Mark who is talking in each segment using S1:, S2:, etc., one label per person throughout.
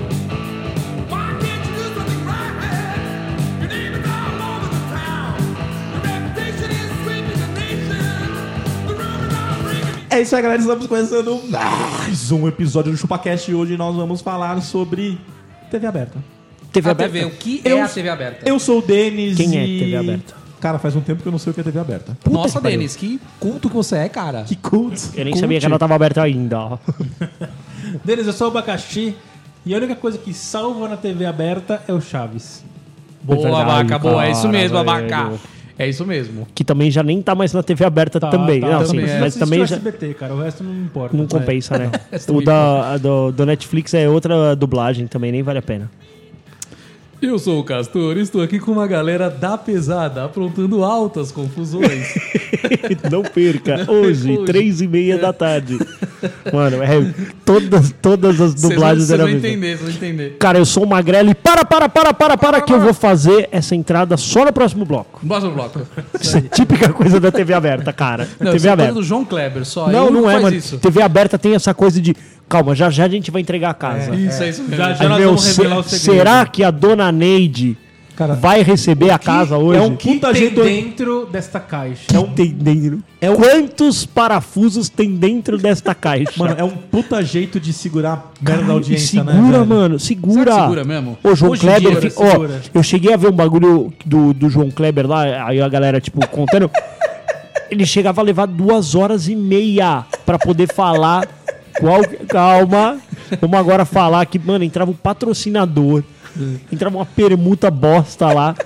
S1: Why can't you do something right, man? Your name is all over the town. Your reputation is sweeping the nation. The rumors are bringing me.
S2: É isso aí, galera. Estamos começando mais um episódio do ChupaCast e hoje nós vamos falar sobre TV aberta.
S3: TV
S4: a
S3: aberta?
S4: TV, o que
S2: Eu-
S4: é a TV aberta?
S2: Eu sou o Denis
S3: Quem
S2: e...
S3: é TV aberta?
S2: Cara, faz um tempo que eu não sei o que é TV aberta.
S4: Nossa,
S3: que pariu.
S4: Denis, que culto que você é, cara.
S2: Que cult.
S3: Eu nem
S2: cult.
S3: sabia que ela tava aberta ainda, ó.
S5: Denis, eu sou o Abacaxi e a única coisa que salva na TV aberta é o Chaves.
S4: Boa,
S3: Verdade,
S4: Abaca, boa. É isso
S3: cara,
S4: mesmo, Abaca.
S3: velho.
S4: É isso mesmo.
S3: Que também já nem tá mais na TV aberta
S5: Tá,
S3: também.
S5: tá,
S3: não,
S5: também.
S3: sim,
S4: é.
S3: mas
S5: Assiste
S3: também
S5: o
S3: já
S5: SBT, cara, o resto não importa.
S3: não compensa, né?
S4: Essa também
S3: o
S4: é.
S3: da, a do, do Netflix é outra dublagem também, nem vale a pena.
S4: Eu sou o Castor e estou aqui com uma galera da pesada, aprontando altas confusões.
S3: Não perca, hoje,
S4: hoje.
S3: três e meia da tarde. Mano, é, todas, todas as
S4: Vocês vão-
S3: dublagens
S4: vocês
S3: eram
S4: vão
S3: a mesma.
S4: entender, vocês vão entender.
S3: Cara, eu sou o magrelo e para, para, para, para, para, que eu vou fazer essa entrada só no próximo bloco.
S4: Próximo bloco.
S3: Isso é típica coisa da TV aberta, cara.
S4: Não, isso é
S3: TV
S4: coisa
S3: aberta.
S4: do João Kleber, só.
S3: Não,
S4: Ele
S3: não é,
S4: faz
S3: mano.
S4: Isso.
S3: TV aberta tem essa coisa de. Calma, já já a gente vai entregar a casa.
S4: Isso, é isso mesmo.
S5: Já, já
S3: Aí,
S5: nós
S3: meu,
S5: vamos
S3: se-
S5: revelar o segredo.
S3: será que a dona Neide
S5: Cara,
S3: vai receber a casa hoje?
S5: É o que
S2: um
S5: tá
S2: Puta
S5: tem
S2: jeito-
S5: dentro desta caixa.
S3: É um- tem dentro- Quantos parafusos tem dentro desta caixa?
S2: Mano, é um puta jeito de segurar a merda da
S3: E
S2: audiência, né?
S3: segura,
S2: velho?
S3: mano, segura.
S4: Será que segura mesmo?
S3: Ô, João
S5: Hoje em
S3: Kleber,
S5: dia,
S3: fi- ó,
S5: segura.
S3: eu cheguei a ver um bagulho do, do João Kleber lá, aí a galera, tipo, contando. Ele chegava a levar duas horas e meia pra poder falar. Qual, calma, vamos agora falar que, mano, entrava um patrocinador, entrava uma permuta bosta lá.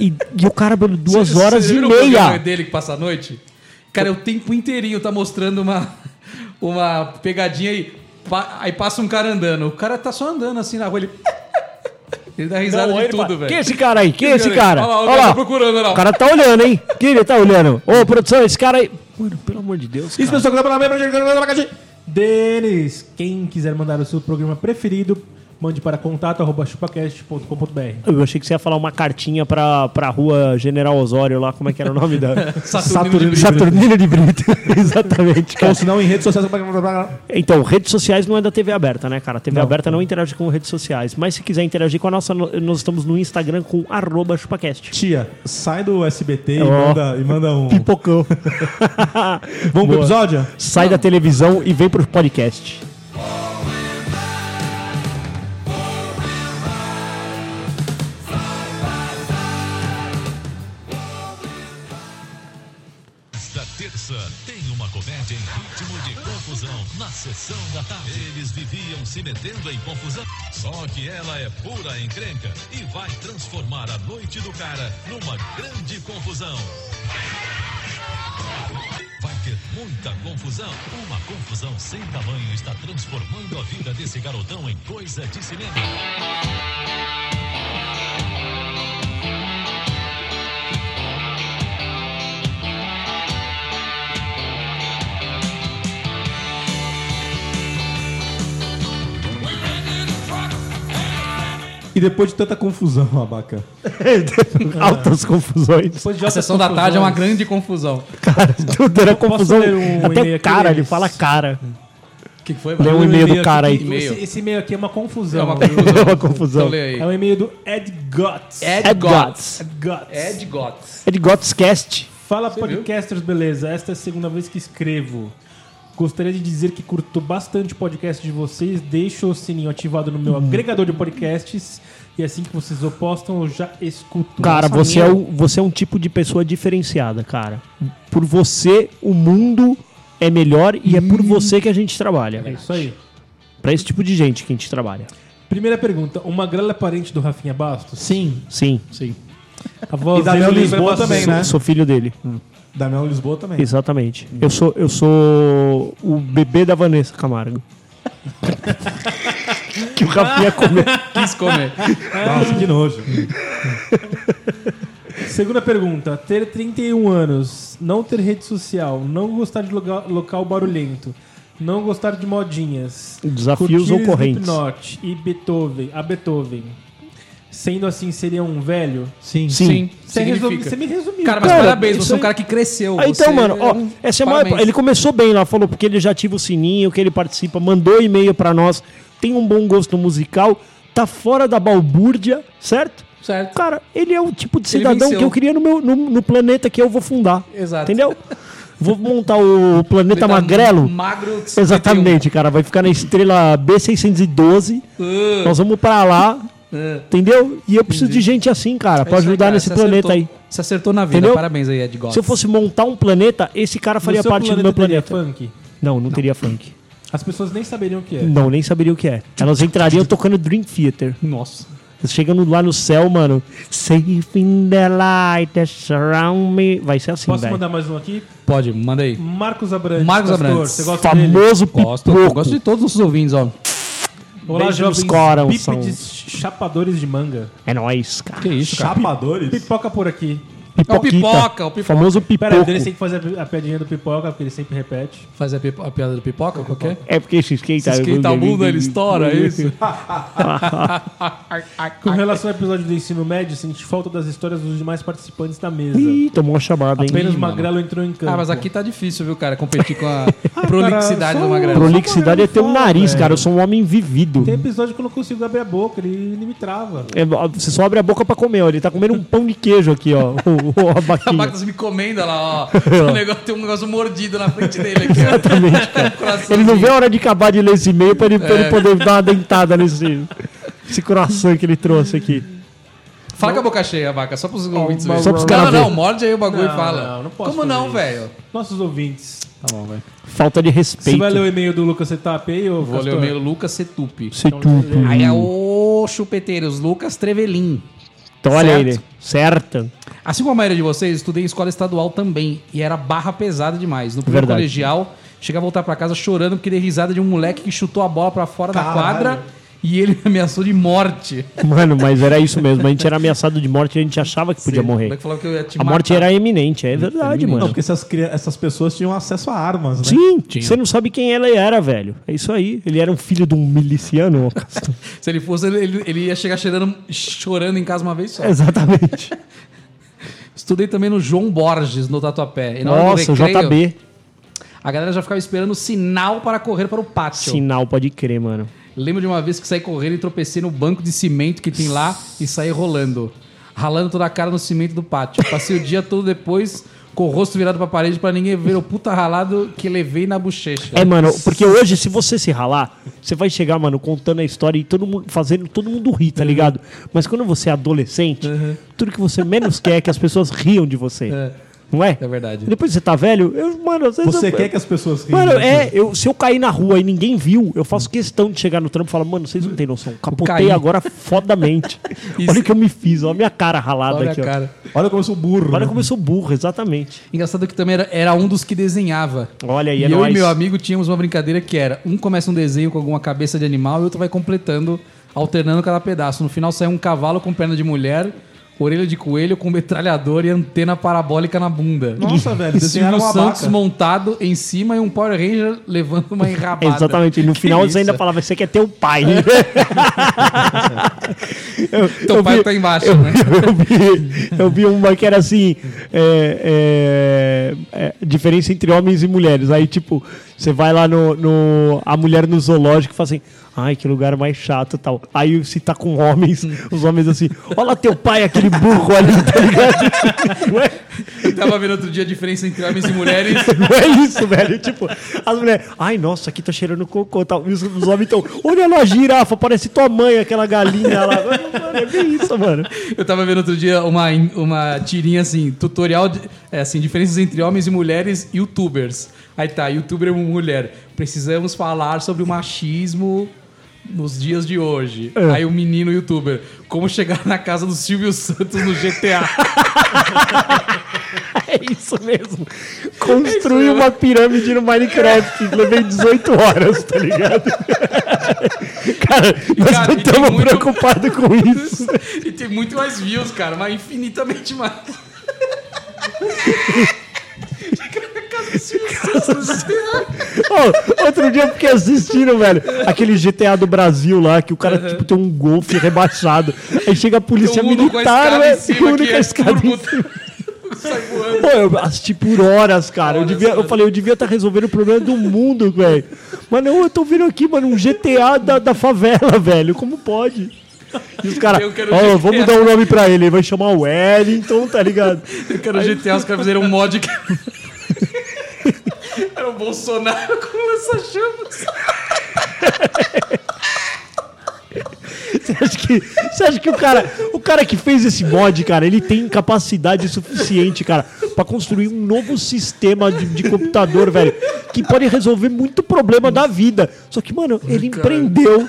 S3: E, e o cara, mano, duas
S4: Vocês-
S3: horas
S4: vocês
S3: e
S4: viram o programa é né?
S3: meia.
S4: dele que passa a noite? Cara, é o tempo inteirinho tá mostrando uma, uma pegadinha aí. Pa- aí passa um cara andando. O cara tá só andando assim na rua, ele. Ele dá risada
S3: Não,
S4: de
S3: aí ele
S4: tudo,
S3: fala,
S4: velho.
S3: Quem é esse cara aí? Quem é esse
S4: aí?
S3: cara?
S4: Olha lá, o
S3: Olha
S4: cara
S3: lá.
S4: tá procurando, olha lá.
S3: O cara tá olhando, hein? Quem ele tá olhando? Ô, produção, esse cara aí. Mano, pelo amor de Deus.
S2: Isso, pessoal, que dá pra lembrar de
S5: Denis, quem quiser mandar o seu programa preferido, mande para contato.chupacast.com.br.
S3: Eu achei que você ia falar uma cartinha pra, pra rua General Osório lá, como é que era o nome da.
S4: Saturnino de Brito.
S3: Saturnino de Brito. Exatamente, cara.
S2: Ou se não, em redes sociais...
S3: Então, redes sociais não é da TV aberta, né, cara? A TV aberta não interage com redes sociais. Mas se quiser interagir com a nossa, no- nós estamos no Instagram com arroba chupacast.
S2: Tia, sai do SBT e,
S3: Ó.
S2: manda, e manda um...
S3: Pipocão.
S2: Vamos pro episódio?
S3: Sai da televisão e vem pro podcast.
S6: Esta terça tem uma comédia em ritmo de confusão na sessão da tarde. Eles viviam se metendo em confusão, só que ela é pura encrenca e vai transformar a noite do cara numa grande confusão. Vai ter muita confusão. Uma confusão sem tamanho está transformando a vida desse garotão em coisa de cinema.
S2: E depois de tanta confusão, abaca.
S3: Altas confusões.
S5: Depois de
S4: A
S5: altas
S2: tá
S4: sessão da tarde é uma
S5: confusões,
S4: grande confusão.
S3: Tudo era
S5: Posso
S3: confusão.
S5: ler um
S3: Até
S5: e-mail
S3: o
S5: aqui,
S3: cara, ele
S5: Denis?
S3: fala cara.
S4: O que, que foi,
S3: Lê
S4: mano?
S3: um e-mail do
S5: aqui
S3: cara
S5: que-
S3: aí.
S4: e-mail.
S5: Esse, esse e-mail aqui é uma confusão.
S4: É uma
S3: É
S4: confusão.
S3: uma confusão.
S4: Então lê aí.
S5: É um e-mail do Ed Gotts.
S3: Ed
S4: Gotts.
S3: Gotts.
S5: Ed Gotts.
S4: Ed Gotts.
S3: É de Gotscast.
S5: Fala podcasters, beleza? Esta é a segunda vez que escrevo. Gostaria de dizer que curto bastante o podcast de vocês. Deixo o sininho ativado no
S2: Uhum.
S5: meu agregador de podcasts. E assim que vocês opostam, eu já escuto.
S3: Cara,
S5: Nossa,
S3: você é,
S5: minha-
S3: um, você é um tipo de pessoa diferenciada, cara. Por você, o mundo é melhor e é por você que a gente
S5: Hum. É
S3: trabalha.
S5: isso aí.
S3: Pra esse tipo de gente que a gente trabalha.
S5: Primeira pergunta. O Magrela é parente do Rafinha Bastos?
S2: Sim.
S3: Sim.
S4: Sim.
S5: A voz
S2: E da Léo
S5: dele lembra
S2: Lisboa
S5: bastante.
S2: também, né?
S3: Sou filho dele.
S5: Hum.
S2: Damião Lisboa também.
S3: Exatamente. Eu sou, eu sou o bebê da Vanessa Camargo. que o Rafinha comeu.
S4: Quis comer.
S2: Nossa, que nojo.
S5: Segunda pergunta. Ter 31 anos, não ter rede social, não gostar de loga- local barulhento, não gostar de modinhas.
S3: Desafios
S5: curtir
S3: ocorrentes.
S5: Slipknot e Beethoven, a Beethoven. Sendo assim, seria um velho?
S4: Sim,
S3: Sim.
S5: Você, resume,
S4: significa.
S5: você me resumiu.
S4: Cara, mas
S3: Cara,
S4: parabéns,
S3: isso
S4: você é um
S3: aí-
S4: cara que cresceu.
S3: Ah,
S4: você
S3: então, mano, ó,
S4: é um-
S3: essa é uma,
S4: Parabéns.
S3: ele começou bem lá, falou porque ele já ativa o sininho, que ele participa, mandou e-mail pra nós, tem um bom gosto musical, tá fora da balbúrdia, certo?
S4: Certo.
S3: Cara, ele é o tipo de
S4: Ele
S3: cidadão
S4: venceu.
S3: que eu queria no, meu, no, no planeta que eu vou fundar.
S4: Exato.
S3: Entendeu? Vou montar o
S4: Ele
S3: planeta
S4: tá
S3: magrelo.
S4: Magro. 71.
S3: Exatamente, cara. Vai ficar na estrela B612.
S4: Ah,
S3: Nós vamos pra lá,
S4: ah.
S3: entendeu? E eu preciso de gente assim, cara, pra
S4: É isso aí,
S3: ajudar
S4: cara,
S3: nesse
S4: você
S3: planeta aí.
S4: acertou- Você acertou na vida.
S3: Entendeu?
S4: Parabéns aí, Ed Goss.
S3: Se eu fosse montar um planeta, esse cara
S5: No
S3: faria
S5: seu
S3: parte do meu
S5: teria
S3: planeta.
S5: Funk?
S3: Não, não teria funk.
S5: As pessoas nem saberiam o que é.
S3: Não, nem saberia o que é. Elas entrariam tocando Dream Theater.
S4: Nossa.
S3: Elas Chegando lá no céu, mano. Safe in the light that surround me. Vai ser assim,
S5: Posso
S3: velho.
S5: mandar mais um aqui?
S4: Pode, manda aí.
S5: Marcos Abrantes.
S4: Marcos
S5: Castor,
S4: Abrantes.
S5: Você gosta dele?
S3: Famoso
S4: Gosto,
S3: pipoco.
S4: gosto de todos os ouvintes, ó.
S3: Beijo
S5: Olá,
S3: nos
S5: jovens
S3: corão,
S5: bípedes
S3: são-
S5: chapadores de manga.
S3: É nóis, cara.
S4: Que isso, cara.
S2: Chapadores?
S5: Pipoca por aqui.
S4: É o pipoca, o pipoca.
S3: Famoso
S5: Pera,
S3: pipoca.
S5: aí, eles têm que fazer a- a piadinha do pipoca, porque ele sempre repete.
S4: Fazer a, pipo- a piada do pipoca, qualquer?
S3: É porque se esquenta...
S4: Se esquenta o mundo, ele estoura, é isso? Ah,
S5: Com relação
S4: é.
S5: ao episódio do ensino médio, senti falta das histórias dos demais participantes da mesa.
S3: Ih, tomou uma chamada, hein?
S5: Apenas
S4: Ih,
S5: Magrelo entrou em campo.
S4: Ah, mas aqui tá difícil, viu, cara? Competir com a prolixidade
S5: só
S4: do
S5: um-
S4: Magrelo.
S3: Prolixidade é ter um nariz, cara. Eu sou um homem vivido.
S5: Tem episódio que eu não consigo abrir a boca, ele, ele me trava.
S3: É, ó, Você só abre a boca pra comer, ó. Ele tá comendo um pão de queijo aqui, ó. O, o, a
S4: A
S3: vaquinha.
S4: Bactas tá me comenda lá, ó. O negócio, tem um negócio mordido na frente dele aqui. Exatamente,
S3: Ele não vê a hora de acabar de ler esse e-mail pra ele, pra ele poder dar uma dentada nesse esse coração que ele trouxe aqui.
S4: Fala com a boca cheia, vaca, só pros ouvintes verem.
S3: só pros
S4: Não,
S3: caras
S4: não, não,
S3: verem.
S4: morde aí o bagulho
S5: Não,
S4: e fala.
S5: não, não posso
S4: Como
S5: fazer
S4: não,
S5: isso.
S4: velho?
S5: Nossos ouvintes.
S4: Tá bom, velho.
S3: Falta de
S5: Você
S3: respeito.
S5: vai ler o e-mail do Lucas Setup aí, ô
S4: Vou
S5: Castor?
S4: ler o meio Lucas Setupi.
S3: Esse tudo.
S4: Aí é o chupeteiros, Lucas Trevelin.
S3: Então olha
S4: Certo.
S3: ele. Certo.
S4: Assim como a maioria de vocês, estudei em escola estadual também. E era barra pesada demais. No primeiro
S3: Verdade.
S4: colegial, cheguei a voltar pra casa chorando porque dei risada de um moleque que chutou a bola pra fora da
S2: Caralho.
S4: quadra e ele me ameaçou de morte.
S3: Mano, mas era isso mesmo. A gente era ameaçado de morte e a gente achava que podia
S4: O
S3: morrer.
S4: moleque falava que eu ia te
S3: A morte
S4: matar.
S3: era iminente, é verdade,
S2: Não,
S3: mano.
S2: porque essas, cria- essas pessoas tinham acesso a armas, né?
S3: Sim, você não sabe quem ela era, velho. É isso aí. Ele era um filho de um miliciano.
S4: Se ele fosse, ele- ele, ele ia chegar cheirando, chorando em casa uma vez só.
S3: É, Exatamente.
S4: Estudei também no João Borges, no Tatuapé. E na hora do
S3: Nossa,
S4: recreio,
S3: JB.
S4: A galera já ficava esperando o sinal para correr para o pátio.
S3: Sinal, pode crer, mano.
S4: Lembro de uma vez que saí correndo e tropecei no banco de cimento que tem lá e saí rolando. Ralando toda a cara no cimento do pátio. Passei o dia todo depois com o rosto virado pra parede pra ninguém ver o puta ralado que levei na bochecha.
S3: É, mano, porque hoje, se você se ralar, você vai chegar, mano, contando a história e todo mundo, fazendo todo mundo rir, tá ligado? Mas quando você é adolescente, tudo que você menos quer é que as pessoas riam de você. Não é?
S4: É verdade.
S3: Depois que você tá velho, eu, mano, às vezes.
S2: Você
S3: eu-
S2: quer que as pessoas riam?
S3: Mano,
S2: de
S5: né,
S2: você?
S3: é, eu, se eu cair na rua e ninguém viu, eu faço questão de chegar no trampo e falar, mano, vocês não têm noção. Capotei
S4: caí.
S3: agora fodamente. Olha o que eu me fiz, olha a minha cara ralada
S4: Olha a
S3: aqui, ó.
S4: cara.
S2: Olha como eu sou burro.
S5: né?
S3: Olha como eu sou burro, exatamente.
S4: Engraçado que também era, era um dos que desenhava.
S3: Olha aí,
S4: E
S3: é
S4: eu
S3: nóis.
S4: e meu amigo tínhamos uma brincadeira que era: um começa um desenho com alguma cabeça de animal e o outro vai completando, alternando cada pedaço. No final sai um cavalo com perna de mulher, orelha de coelho com metralhador e antena parabólica na bunda.
S2: Nossa, velho,
S4: E
S2: desenharam
S4: Silvio
S2: uma
S4: Santos
S2: vaca.
S4: montado em cima e um Power Ranger levando uma enrabada.
S3: Exatamente. E no
S4: Que
S3: final eles
S4: isso? É.
S3: ainda falavam, você quer ter um pai. eu,
S4: Teu
S3: eu
S4: pai
S3: vi-
S4: tá embaixo,
S3: eu,
S4: né?
S3: eu vi, eu vi uma que era assim: é, é, é, diferença entre homens e mulheres. Aí, tipo, você vai lá no, no- A mulher no zoológico e fala assim. Ai, que lugar mais chato e tal. Aí se tá com homens, os homens assim, olha lá teu pai, aquele burro ali, tá ligado? Não é?
S4: Eu tava vendo outro dia a diferença entre homens e mulheres.
S3: Não é isso, velho. Tipo, as mulheres. Ai, nossa, aqui tá cheirando cocô e tal. E os, os homens estão. Olha lá a girafa, parece tua mãe, aquela galinha lá. Mano, é bem isso, mano.
S4: Eu tava vendo outro dia uma, uma tirinha assim, tutorial, de, é, assim, diferenças entre homens e mulheres youtubers. Aí tá, youtuber é uma mulher. Precisamos falar sobre o machismo nos dias de hoje.
S3: É.
S4: Aí o menino youtuber, como chegar na casa do Silvio Santos no GTA.
S3: É isso mesmo.
S4: É
S3: Construir uma pirâmide no Minecraft. Levei 18 horas, tá ligado? Cara, nós
S4: Cara,
S3: não
S4: e tem
S3: estamos
S4: muito-
S3: preocupados com isso.
S4: e tem muito mais views, cara, mas infinitamente mais.
S3: Ô, outro dia eu fiquei assistindo, velho, aquele GTA do Brasil lá, que o cara, tipo, tem um golfe rebaixado. Aí chega a polícia
S4: Tem um Uno com a
S3: é militar,
S4: escada em
S3: velho,
S4: cima
S3: e o único
S4: que
S3: a
S4: é
S3: escada em
S4: turbo.
S3: cima.
S4: Sai voando.
S3: Pô, eu assisti por horas, cara. eu,
S4: Horas,
S3: devia, eu
S4: horas.
S3: falei, eu devia estar resolvendo o problema do mundo, velho. Mas não, eu tô vendo aqui, mano, um GTA da, da favela, velho. Como pode? E os caras,
S4: Eu quero
S3: ó,
S4: GTA.
S3: vamos dar um nome pra ele. Ele vai chamar Wellington, tá ligado?
S4: Eu quero GTA, os caras fizeram um mod que. Era o Bolsonaro com lança-chamas.
S3: Você acha que, você acha que o, cara, o cara que fez esse mod, cara, ele tem capacidade suficiente, cara, pra construir um novo sistema de, de computador, velho, que pode resolver muito problema da vida. Só que, mano, ele empreendeu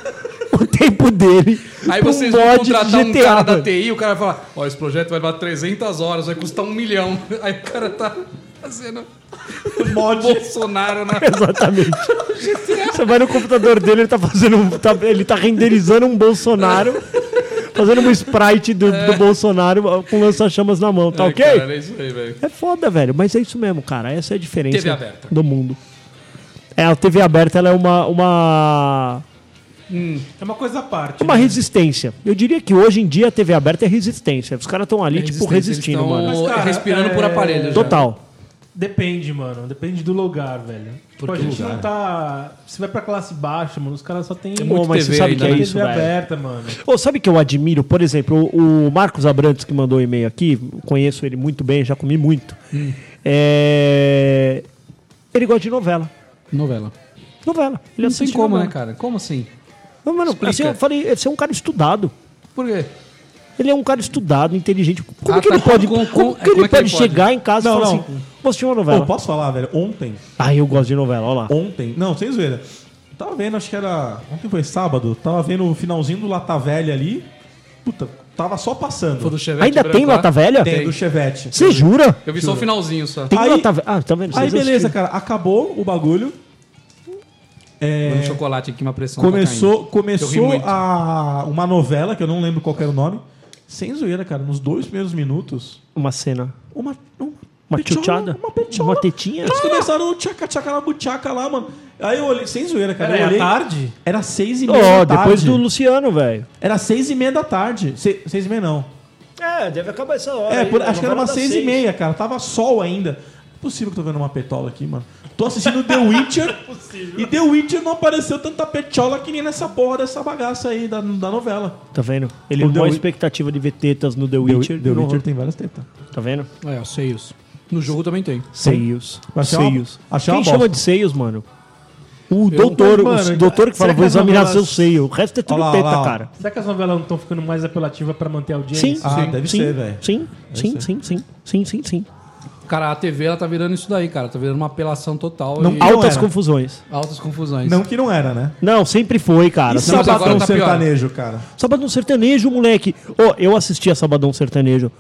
S3: o tempo dele
S4: Aí
S3: pra
S4: vocês vão contratar um cara da
S3: velho.
S4: TI, o cara fala: Ó, esse projeto vai levar 300 horas, vai custar um milhão. Aí o cara tá fazendo. Um Mod. Bolsonaro na.
S3: Exatamente. Você vai no computador dele, ele tá fazendo. um- tá- ele tá renderizando um Bolsonaro. Fazendo uma sprite do, do Bolsonaro com lança-chamas na mão,
S4: É.
S3: tá
S4: Ai,
S3: ok?
S4: Cara, é isso aí, velho.
S3: É foda, velho, mas é isso mesmo, cara. Essa é a diferença
S4: TV aberta.
S3: do mundo. É, a TV aberta ela é uma, uma,
S5: É uma coisa à parte.
S3: uma
S5: né?
S3: resistência. Eu diria que hoje em dia a TV aberta é resistência. Os caras estão ali, tipo, resistindo,
S4: É Eles tão
S3: mano.
S5: Mas, cara,
S4: respirando por
S5: é-
S4: aparelho. já.
S3: Total.
S5: Depende, mano. Depende do lugar, velho. Tipo, a
S4: que
S5: gente
S4: lugar?
S5: não tá. Você vai pra classe baixa, mano. Os caras só tem. É
S3: muito mas você sabe
S4: ainda,
S3: que é
S4: né?
S3: isso,
S5: TV
S3: velho.
S5: aberta, mano.
S3: Ô, sabe que eu admiro? Por exemplo, o, o Marcos Abrantes, que mandou o e-mail aqui, conheço ele muito bem, já comi muito.
S4: Hum.
S3: É, Ele gosta de novela.
S4: Novela.
S3: Novela.
S4: Não tem
S3: Ele assiste
S4: como,
S3: novela.
S4: né, cara? Como assim?
S3: Não, mano,
S4: Explica.
S3: assim, eu falei, você é um cara estudado.
S4: Por quê?
S3: Ele é um cara estudado, inteligente. Como
S4: Ah,
S3: que
S4: tá,
S3: ele
S4: como-
S3: pode,
S4: como-
S3: como,
S4: como- é,
S3: que ele
S4: como é que
S3: pode
S4: ele pode?
S3: chegar em casa
S2: Não,
S3: e falar
S2: não.
S3: assim: vou assistir uma
S2: Pô,
S3: novela?
S2: posso falar, velho? Ontem,
S3: Ah, eu gosto de novela, olha lá.
S2: ontem. Não, sem zoeira. Eu Tava vendo, acho que era. Ontem foi sábado. Tava vendo o finalzinho do Lata Velha ali. Puta, tava só
S4: Foi do
S2: passando.
S4: Chevette
S3: Ainda
S4: branco
S3: tem
S4: lá?
S3: Lata Velha?
S2: Tem,
S4: Tem.
S2: do Chevette.
S3: Você jura?
S4: Eu vi só o finalzinho só.
S3: Tem
S2: Aí-
S3: Lata Velha. Ah, tá vendo?
S2: Aí
S3: Vocês
S2: beleza,
S3: assistiram.
S2: cara. Acabou o bagulho. É,
S4: Tem um chocolate aqui, uma pressão. tá
S2: começou
S4: caindo. Eu ri
S2: começou
S4: muito.
S2: a, uma novela, que eu não lembro qual que era o nome. Sem zoeira, cara. Nos dois primeiros minutos,
S3: Uma cena.
S2: uma. Uma,
S3: Uma
S2: pechola,
S3: tchutchada?
S2: Uma pechola.
S3: Uma tetinha?
S2: Eles começaram o tchaca tchaca na buchaca lá, mano. Aí eu olhei, sem zoeira, cara.
S5: Peraí,
S2: eu
S5: à
S2: olhei,
S5: tarde?
S2: Era seis e meia
S3: Ó,
S2: da
S3: depois
S2: tá tarde.
S3: do Luciano, velho.
S2: Era seis e meia da tarde. Se- seis e meia não.
S3: É, deve acabar essa hora.
S2: É, por- acho que era umas seis, e meia, cara. Tava sol ainda. Não é possível que eu tô vendo uma petola aqui, mano. Tô assistindo The
S5: é
S2: Witcher. e The Witcher não apareceu tanta petola que nem nessa porra dessa bagaça aí da, da novela.
S3: Tá vendo? Ele
S2: O
S3: é
S2: The
S3: uma
S2: Wi-
S3: expectativa de ver tetas no The Witcher.
S2: The
S3: não
S2: Witcher
S3: rolou.
S2: tem várias tetas.
S3: Tá vendo?
S4: É, os seios. No jogo também tem.
S3: Seios.
S2: Mas achei uma-
S3: Seios.
S2: achei uma
S3: Quem chama
S2: bosta.
S3: de seios, mano? O doutor,
S5: Mano,
S3: o doutor que fala,
S5: será que
S3: vou
S5: as
S3: examinar seu
S5: novelas-
S3: seio. O resto é tudo
S2: Olha lá, olha
S3: teta,
S2: lá, ó.
S3: cara.
S5: Será que as novelas não estão ficando mais apelativas pra manter a audiência?
S3: Sim.
S2: Ah,
S3: sim,
S2: deve
S3: sim,
S2: ser, velho.
S3: Sim, sim,
S2: ser.
S3: sim, sim, sim, sim, sim.
S4: Cara, a TV ela tá virando isso daí, cara. Tá virando uma apelação total
S2: Não-
S4: e
S2: Ah,
S3: Altas
S2: era.
S3: confusões.
S4: altas confusões.
S2: Não que não era, né?
S3: Não, sempre foi, cara.
S4: E
S3: Não,
S4: mas agora
S2: Sapatão
S4: tá pior.
S2: sertanejo, cara.
S3: Sabadão Sertanejo, moleque. Ô, eu assistia Sabadão Sertanejo.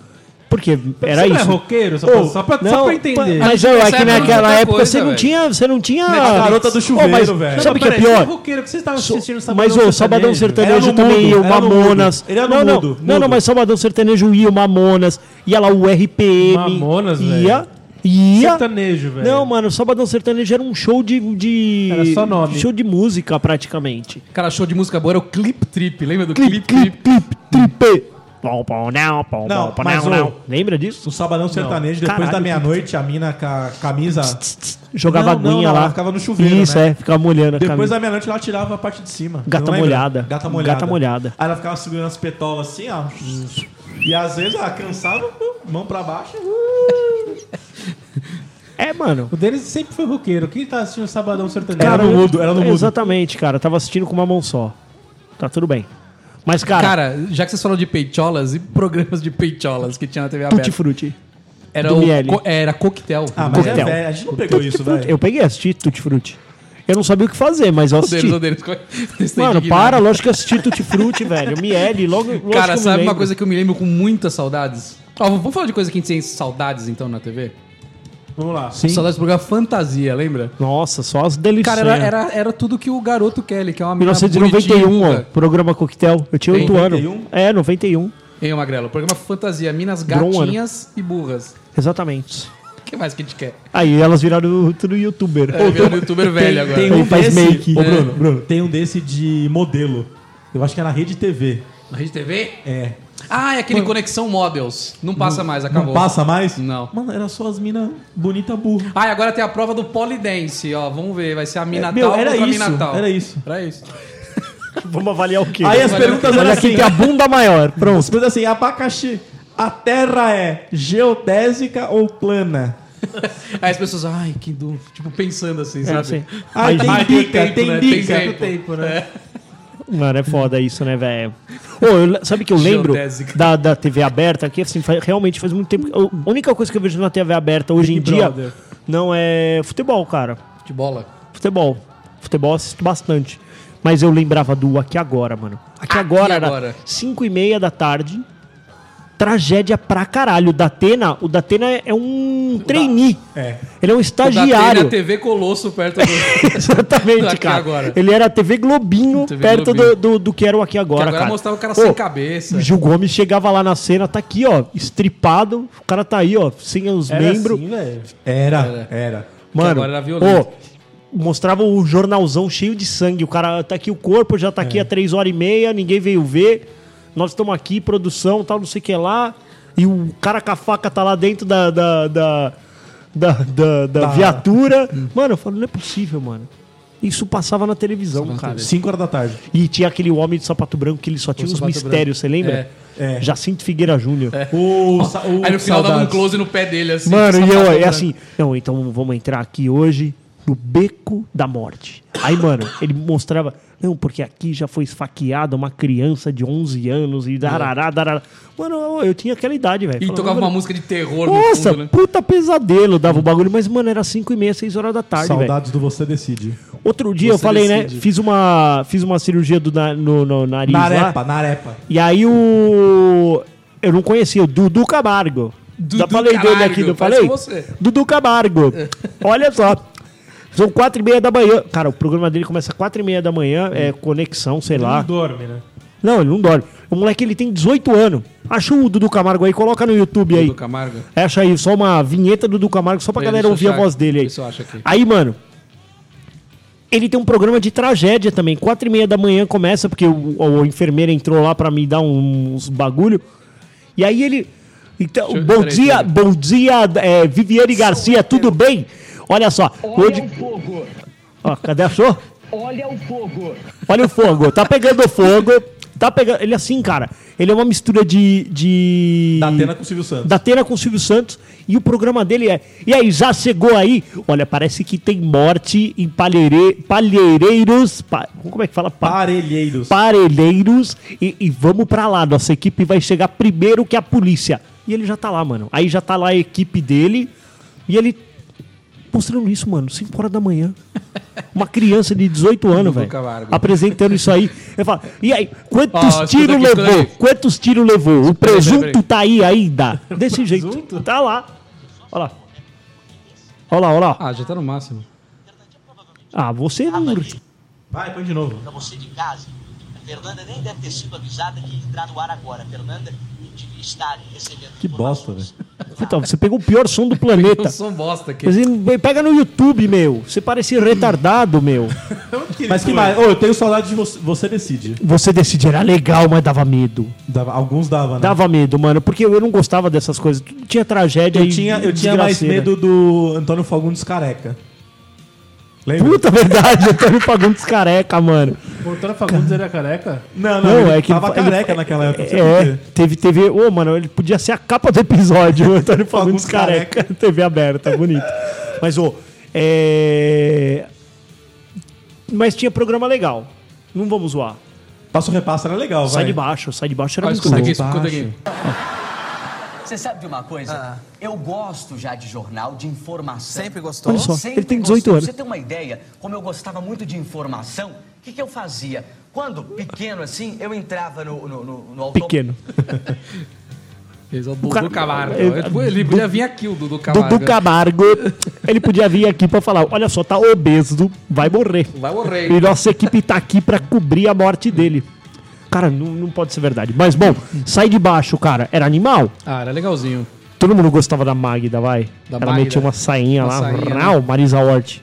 S3: Porque era
S5: você
S3: isso.
S5: não é roqueiro? Só,
S3: Ô,
S5: pra, só, pra, só
S3: não,
S5: pra entender.
S3: Mas
S4: Acho que
S3: ó, é
S4: nessa
S3: que
S4: época
S3: naquela
S4: era outra
S3: época você
S4: coisa,
S3: não
S4: velho.
S3: tinha. Você não tinha.
S2: A garota do chuveiro,
S3: Ô, mas
S2: velho.
S3: Sabe o que é
S5: Peraí, você
S3: pior?
S5: roqueiro, por que vocês estavam assistindo Sabadão
S3: Mas é o Sabadão Sertanejo
S2: Era no
S3: também
S2: mudo,
S3: ia, o
S2: era no
S3: Mamonas.
S2: mudo, ele era
S3: não,
S2: no
S3: não,
S2: mudo,
S3: não, não,
S2: mudo.
S3: mas Sabadão Sertanejo ia, o Mamonas, ia lá o RPM.
S5: Mamonas,
S3: ia,
S5: velho.
S3: ia.
S5: Sertanejo,
S2: É.
S5: velho.
S3: Não, mano, o Sabadão Sertanejo era um show de. de
S5: Era só nome.
S3: Show de música, praticamente.
S4: Cara, show de música boa era o Clip Trip. Lembra do
S3: Clip,
S4: Clip,
S3: clip,
S4: Trip?
S3: clip, tripe. Pom, pom, não, pom,
S2: Não,
S3: pom, pom,
S2: mas
S3: não,
S2: o-
S3: não. Lembra disso?
S2: O Um sabadão sertanejo, depois
S3: Caralho.
S2: da meia-noite, a mina com a camisa.
S3: Jogava
S2: Não, não,
S3: aguinha
S2: não,
S3: lá.
S2: ela ficava no chuveiro,
S3: Isso,
S2: né?
S3: é, ficava molhando a
S2: Depois
S3: camisa.
S2: da meia-noite ela tirava a parte de cima.
S3: Gata
S2: Não lembra?
S3: molhada.
S2: Gata molhada.
S3: Gata molhada.
S2: Aí ela ficava segurando as petolas assim, ó. E às vezes ela cansava, pum, mão pra baixo.
S3: É, mano.
S5: O deles sempre foi roqueiro. Quem tá assistindo Sabadão Sertanejo?
S2: Era no
S3: eu-
S2: mudo, era no mudo.
S3: Exatamente, cara. Tava assistindo com uma mão só. Tá tudo bem. Mas, cara,
S4: Cara, já que vocês falaram de peitolas e programas de peitolas que tinha na TV
S3: tutti
S2: é.
S4: aberta.
S3: frutti.
S4: Era,
S3: do
S4: o,
S3: Miele.
S4: co- é, era coquetel.
S2: Ah, mas
S3: Coquetel.
S2: é velho. A gente não pegou isso,
S3: Tutti-frutti.
S2: velho.
S3: Eu peguei e assisti Tutti Frutti. Eu não sabia o que fazer, mas eu assisti.
S4: Deles, deles, eles têm
S3: Mano,
S4: indignado.
S3: para, lógico que eu assisti Tutti Frutti, velho. Miele, logo, logo que eu
S4: Cara,
S3: me
S4: sabe uma
S3: lembro.
S4: coisa que eu me lembro com muitas saudades? Ó, vamos falar de coisa que a gente tem saudades então na TV?
S5: Vamos lá.
S3: Sim.
S4: Saudades do programa Fantasia, lembra?
S3: Nossa, só as delícias.
S4: Cara, era, era, era tudo que o garoto Kelly, que é uma mina
S3: 1991, ó,
S4: bonitinha.
S3: programa Coquetel. Eu tinha
S4: Tem.
S3: 8 anos. É, 91.
S4: Ei, Magrelo, programa Fantasia, minas
S3: Drone.
S2: um
S4: gatinhas e burras.
S3: Exatamente.
S4: O que mais que a gente quer?
S3: Aí elas viraram tudo youtuber. então,
S4: É, virou youtuber velho agora.
S2: Tem
S3: Ele
S2: um
S3: faz
S2: desse,
S3: make.
S2: Ô, Bruno,
S3: É.
S2: Bruno, tem um desse de modelo. Eu acho que é na Rede TV.
S4: Na Rede TV?
S2: É.
S4: Ah, é aquele Conexão Models. Não passa mais,
S2: Não
S4: acabou.
S2: passa mais?
S4: Não.
S2: Mano, era só as minas bonita burra.
S4: Ah, e agora tem a prova do Polidense, ó. Vamos ver, vai ser a Minatal
S2: É, Meu, era
S4: contra a
S2: isso,
S4: Minatal.
S2: era isso.
S4: Era isso.
S3: Vamos avaliar o quê?
S2: Aí as
S4: Olha
S2: perguntas eram
S3: Olha
S2: assim,
S3: quem tem a bunda maior.
S2: as
S3: Pronto.
S2: perguntas assim, abacaxi, a terra é geodésica ou plana?
S4: Aí as pessoas, ai, que duro. Tipo, pensando assim,
S3: É,
S4: sabe?
S3: assim.
S2: Aí tem
S4: Ai,
S2: dica,
S4: tempo,
S2: tem
S4: né?
S2: dica.
S4: Tem tempo, né?
S3: Mano, é foda isso, né, velho? Ô, eu le- sabe que eu lembro
S4: Geodésica.
S3: da, da TV aberta que assim, fa- realmente faz muito tempo. que- eu- A única coisa que eu vejo na TV aberta hoje em dia
S5: Brother.
S3: não é futebol, cara.
S4: De bola.
S3: Futebol. Futebol eu assisto bastante. Mas eu lembrava do Aqui Agora, mano.
S4: Aqui
S3: Aqui, Agora era
S4: Agora.
S3: 5 e meia da tarde. Tragédia pra caralho. O Datena, o Datena é- é um trainee.
S2: É.
S3: Ele é um estagiário.
S4: Da TV Colosso perto do...
S3: Exatamente,
S4: Aqui
S3: cara.
S4: Agora.
S3: Ele era TV Globinho,
S4: TV
S3: perto
S4: Globinho.
S3: Do, do, do que era o Aqui Agora,
S4: Que agora
S3: cara.
S4: mostrava o cara
S3: Ô,
S4: sem cabeça.
S3: O Gil Gomes chegava lá na cena, tá aqui, ó, estripado. O cara tá aí, ó, sem os
S5: Era
S3: membros.
S5: assim, velho.
S2: né? Era, era.
S3: Mano,
S4: agora era violento.
S3: ô, mostrava o jornalzão cheio de sangue. O cara tá aqui, o corpo já tá
S4: É.
S3: aqui há três horas e meia, ninguém veio ver. Nós estamos aqui, produção, tal, não sei o que lá. E o cara com a faca tá lá dentro da. da, da, da, da- da viatura.
S4: Hum.
S3: Mano, eu falo, não é possível, mano. Isso passava na televisão, cara.
S2: 5 horas da tarde.
S3: E tinha aquele homem de sapato branco que ele só tinha uns
S4: sapato
S3: mistérios, você lembra?
S2: É. É.
S3: Jacinto Figueira Júnior.
S4: É.
S2: O, sa- o
S4: Aí no final dava um
S2: saudades.
S4: close no pé dele, assim.
S3: Mano,
S4: com
S3: e eu,
S4: sapato
S3: é
S4: branco.
S3: assim, não, então vamos entrar aqui hoje no beco da morte. Aí, mano, ele mostrava, não, porque aqui já foi esfaqueada uma criança de 11 anos e darará, darará. Mano, eu, eu tinha aquela idade, velho.
S4: E
S3: Falava,
S4: tocava uma
S3: mano,
S4: música de terror
S3: Nossa,
S4: no fundo, né?
S3: puta pesadelo dava o bagulho, mas, mano, era 5 e meia, 6 horas da tarde, velho.
S2: Saudades do Você Decide.
S3: Outro dia eu
S4: Você
S3: falei, né,
S4: decide.
S3: fiz uma, fiz uma cirurgia do na- no, no nariz lá.
S2: Narepa, narepa.
S3: E aí o. Eu não conhecia, o Dudu Camargo.
S4: Dudu
S3: Já falei dele
S4: Camargo,
S3: aqui, não
S4: parece
S3: falei?
S4: com você.
S3: Dudu Camargo. Olha só. São quatro e meia da manhã. Cara, o programa dele começa quatro e meia da manhã,
S4: Hum.
S3: é conexão, sei
S5: Não
S3: lá.
S5: dorme, né?
S3: Não, ele não dorme. O moleque, ele tem 18 anos. Acha o Dudu Camargo aí, coloca no YouTube aí.
S4: Do Camargo.
S3: É, Acha aí, só uma vinheta do Dudu Camargo, só pra
S4: É, deixa
S3: galera
S4: eu
S3: ouvir a
S4: achar
S3: voz
S4: aqui,
S3: dele aí.
S4: deixa eu achar aqui.
S3: Aí, mano, ele tem um programa de tragédia também. Quatro e meia da manhã começa, porque o, o- o enfermeiro entrou lá pra me dar um, uns bagulho. E aí ele... Então,
S4: Deixa eu-
S3: bom,
S4: peraí,
S3: dia,
S4: peraí.
S3: bom dia, é, Viviane Garcia, tudo bem? Olha só, hoje...
S7: fogo!
S3: Ó, cadê a show?
S7: Olha o fogo!
S3: Olha o fogo, tá pegando fogo, tá pegando... Ele é assim, cara, ele é uma mistura de... de...
S2: Da Atena com o Silvio Santos.
S3: da Atena com o Silvio Santos. E o programa dele é. E aí, já chegou aí? Olha, parece que tem morte em palheire, palheireiros. pa- como é que fala? Pa-
S2: Parelheiros.
S3: parelheiros. E, e vamos pra lá. Nossa equipe vai chegar primeiro que a polícia. E ele já tá lá, mano. Aí já tá lá a equipe dele. E ele. Mostrando isso, mano, 5 horas da manhã. Uma criança de 18 anos, velho.
S4: Camargo.
S3: Apresentando isso aí. Eu falo, e aí, quantos
S4: Ó, escuta
S3: tiros
S4: aqui, escuta
S3: levou?
S4: aqui.
S3: Quantos tiros levou? O
S4: peraí,
S3: presunto
S4: peraí.
S3: tá aí ainda. Desse jeito. Tá lá. Olha lá. Olha lá, olha lá.
S4: Ah, já tá no máximo.
S3: Ah, você não.
S2: Vai, põe de novo.
S8: Pra você de casa, a Fernanda nem deve ter sido avisada que ia entrar no ar agora. A Fernanda devia estar recebendo.
S2: Que bosta, né?
S8: informações.
S3: Puta, Então, você pegou o pior som do
S4: Eu
S3: planeta.
S4: sou um bosta aqui.
S3: Quer dizer, bem, Pega no YouTube, meu. Você parece retardado, meu.
S2: Mas que mais? Ô, eu tenho saudade de Você, você Decide.
S3: Você decidir, era legal, mas dava medo.
S2: Dava- alguns dava, né?
S3: Dava medo, mano, porque eu não gostava dessas coisas. Tudo Tinha tragédia
S2: Eu
S3: e
S2: tinha, eu tinha mais
S3: desgraceira.
S2: medo do Antônio Fagundes Careca. Lembra?
S3: Puta verdade, eu tô me pagando dos careca, mano.
S5: O Antônio Fagundes era careca?
S2: Não,
S3: Não,
S2: ele
S3: é que
S2: tava
S3: ele-
S2: careca naquela época. não sei por
S3: É,
S2: quê.
S3: teve TV. Ô, mano, ele podia ser a capa do episódio, o Antônio Fagundes
S2: Fagundes
S3: careca. TV aberta, bonito. Mas, ô, é. Mas tinha programa legal. Não vamos zoar.
S2: Passa o repasso era legal,
S3: Sai
S2: vai.
S3: de baixo, sai de baixo era
S4: Ah,
S3: muito
S4: escuta aqui,
S3: bom.
S4: escuta aqui.
S3: tá,
S7: Você sabe de uma coisa? Eu gosto já de jornal, de informação. Ah. Sempre gostou?
S3: Olha só, ele tem 18 anos.
S7: Você tem uma ideia, como eu gostava muito de informação, o que, que eu fazia? Quando pequeno, assim, eu entrava no... no, no, no auto-
S3: Pequeno.
S4: Fez o Dudu
S3: cara-
S4: Camargo.
S3: Eu-
S4: Ele, ele podia vir aqui, o Dudu Camargo.
S3: Dudu Camargo, ele podia vir aqui pra falar: olha só, tá obeso, vai morrer.
S4: Vai morrer.
S3: E nossa equipe tá aqui pra cobrir a morte dele. Cara, não, não pode ser verdade. Mas bom, sai de baixo, cara. Era animal.
S4: Ah, era legalzinho.
S3: Todo mundo gostava da Magda, vai.
S4: Da
S3: Ela
S4: Magda.
S3: metia uma sainha
S4: Uma
S3: lá,
S4: sainha, né?
S3: rau, Marisa Hort.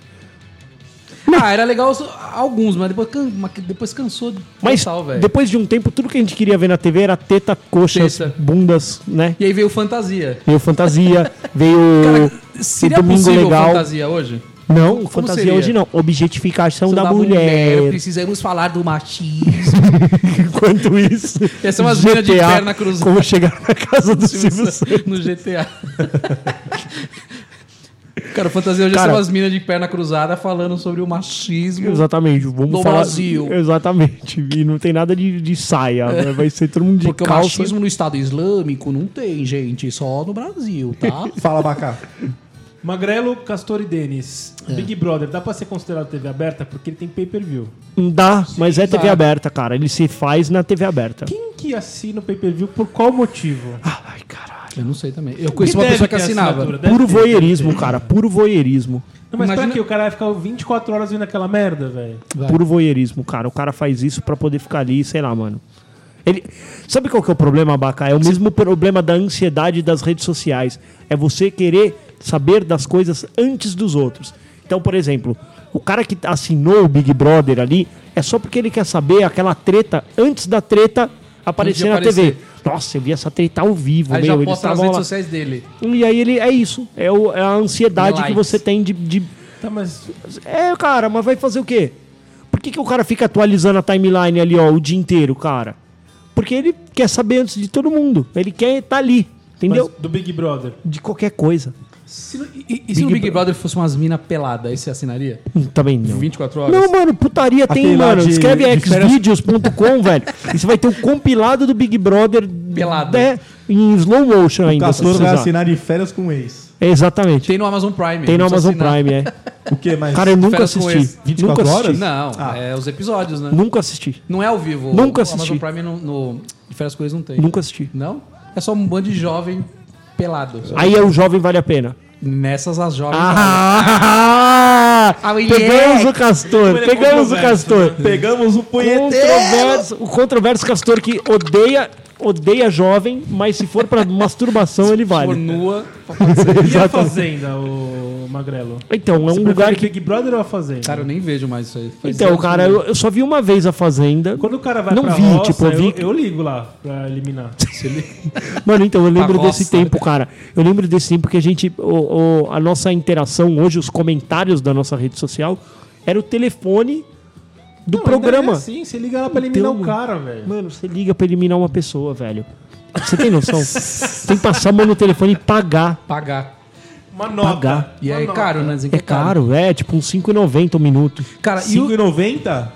S4: Ah, era legal os- alguns, mas depois, can- mas depois cansou de
S3: Mas
S4: total, velho.
S3: depois de um tempo, tudo que a gente queria ver na TV era teta, coxas,
S4: Teta.
S3: bundas, né?
S4: E aí veio fantasia.
S3: Veio fantasia, veio
S4: Cara,
S3: o
S4: seria
S3: domingo
S4: possível
S3: legal.
S4: fantasia hoje?
S3: Não,
S4: Como
S3: fantasia
S4: seria?
S3: hoje não. Objetificação da,
S4: Da
S3: mulher.
S4: Precisamos falar do machismo.
S3: Enquanto isso.
S4: Ia ser umas minas é de perna cruzada.
S3: Como chegar na casa do Silvio Santos.
S4: no GTA. Cara, fantasia hoje
S3: Cara-
S4: são as minas de perna cruzada falando sobre o machismo.
S3: Exatamente, vamos
S4: No
S3: falar.
S4: Brasil.
S3: Exatamente. E não tem nada de, de saia. né? Vai ser todo mundo de
S4: Porque o
S3: calça.
S4: machismo no Estado Islâmico não tem, gente, só no Brasil, tá?
S2: Fala, Bacá.
S5: Magrelo, Castor e Denis.
S3: É.
S5: Big Brother, dá pra ser considerado TV aberta? Porque ele tem pay-per-view.
S3: Dá, mas é TV
S4: dá.
S3: aberta, cara. Ele se faz na TV aberta.
S5: Quem que assina o pay-per-view por qual motivo?
S3: Ai, caralho.
S4: Eu não sei também. Eu conheço uma pessoa que assinava.
S3: Puro voyeurismo, cara. Puro voyeurismo.
S5: Não, mas
S4: Imagina-
S5: pra que o cara vai ficar 24 horas vendo aquela merda, velho?
S4: Vai.
S3: Puro voyeurismo, cara. O cara faz isso pra poder ficar ali, sei lá, mano. Ele... Sabe qual que é o problema, Baca? É o mesmo problema da ansiedade das redes sociais. É você querer saber das coisas antes dos outros. Então, por exemplo, o cara que assinou o Big Brother ali é só porque ele quer saber aquela treta antes da treta aparecer na
S4: aparecer.
S3: TV. Nossa, eu vi essa treta ao vivo,
S4: Aí
S3: meu.
S4: já
S3: eles
S4: posta nas
S3: estavam
S4: redes
S3: lá.
S4: sociais dele.
S3: E aí ele é isso. É, o- é a ansiedade
S4: Likes.
S3: que você tem de- de
S5: Tá, mas
S3: é, cara, mas vai fazer o quê? Por que, que o cara fica atualizando a timeline ali, ó, o dia inteiro, cara? Porque ele quer saber antes de todo mundo. Ele quer estar ali, entendeu?
S5: mas do Big Brother.
S3: De qualquer coisa.
S4: Se não- e, e- e se no Big Brother fosse umas minas peladas, aí você assinaria?
S3: Hum, Também não.
S4: 24 horas?
S3: Não, mano, putaria tem,
S2: Aquele lá
S3: mano.
S2: de-
S3: Escreve
S2: de férias-
S3: xvideos.com, velho. E você vai ter um compilado do Big Brother
S4: Pelado.
S3: né, em slow motion
S2: O
S3: ainda. se
S2: Castor vai
S3: precisar.
S2: assinar de férias com o ex.
S3: É, Exatamente. Tem,
S4: Tem no Amazon Prime.
S3: no
S4: não precisa
S3: Amazon
S4: assinar.
S3: Prime, é.
S2: O que mais?
S3: Cara, eu nunca
S4: Férias com
S3: assisti.
S4: ex.
S2: 24
S3: nunca
S2: horas?
S3: assisti.
S4: Não,
S2: Ah.
S4: é os episódios, né?
S3: Nunca assisti.
S4: Não é ao vivo.
S3: Nunca
S4: O
S3: assisti.
S4: Amazon Prime no, no de Férias Coisas não tem.
S3: Nunca assisti.
S4: Não? É só um bando de jovem pelado.
S3: Aí é o Jovem Vale a Pena.
S4: Nessas as jovens.
S3: Ah!
S4: Ah, moleque.
S3: Pegamos o Castor,
S5: Ele é
S3: pegamos o
S5: controverso,
S3: Castor.
S2: né? Pegamos o
S3: né? Controverso, o controverso Castor que odeia, odeia jovem, mas se for pra masturbação ele
S4: Por
S3: vale.
S4: nua.
S5: E a
S3: Exatamente.
S5: Fazenda, o Magrelo?
S3: Então, é
S5: Você
S3: um
S5: prefere
S3: lugar que.
S5: Big Brother ou a Fazenda?
S4: Cara, eu nem vejo mais isso aí. Faz
S3: Então,
S4: anos que
S3: cara,
S4: eu não
S3: eu, eu só vi uma vez a Fazenda.
S5: Quando o cara vai
S3: Não
S5: pra
S3: vi,
S5: roça,
S3: tipo, eu
S5: eu,
S3: vi-
S5: eu ligo lá pra eliminar.
S3: Mano, então, eu lembro
S4: Pagosta.
S3: desse tempo, cara. Eu lembro desse tempo que a gente. o- o- a nossa interação hoje, os comentários da nossa rede social, era o telefone do programa.
S5: Sim, você liga lá pra eliminar
S3: Então,
S5: o cara, velho.
S3: Mano, você liga pra eliminar uma pessoa, velho. Você tem noção? tem que passar a mão no telefone e pagar.
S4: Pagar.
S5: Uma nota.
S3: Pagar.
S4: E é caro, né? Dizem que
S3: É caro, é tipo uns 5,90 o minuto.
S4: Cara, e o...
S2: 5,90?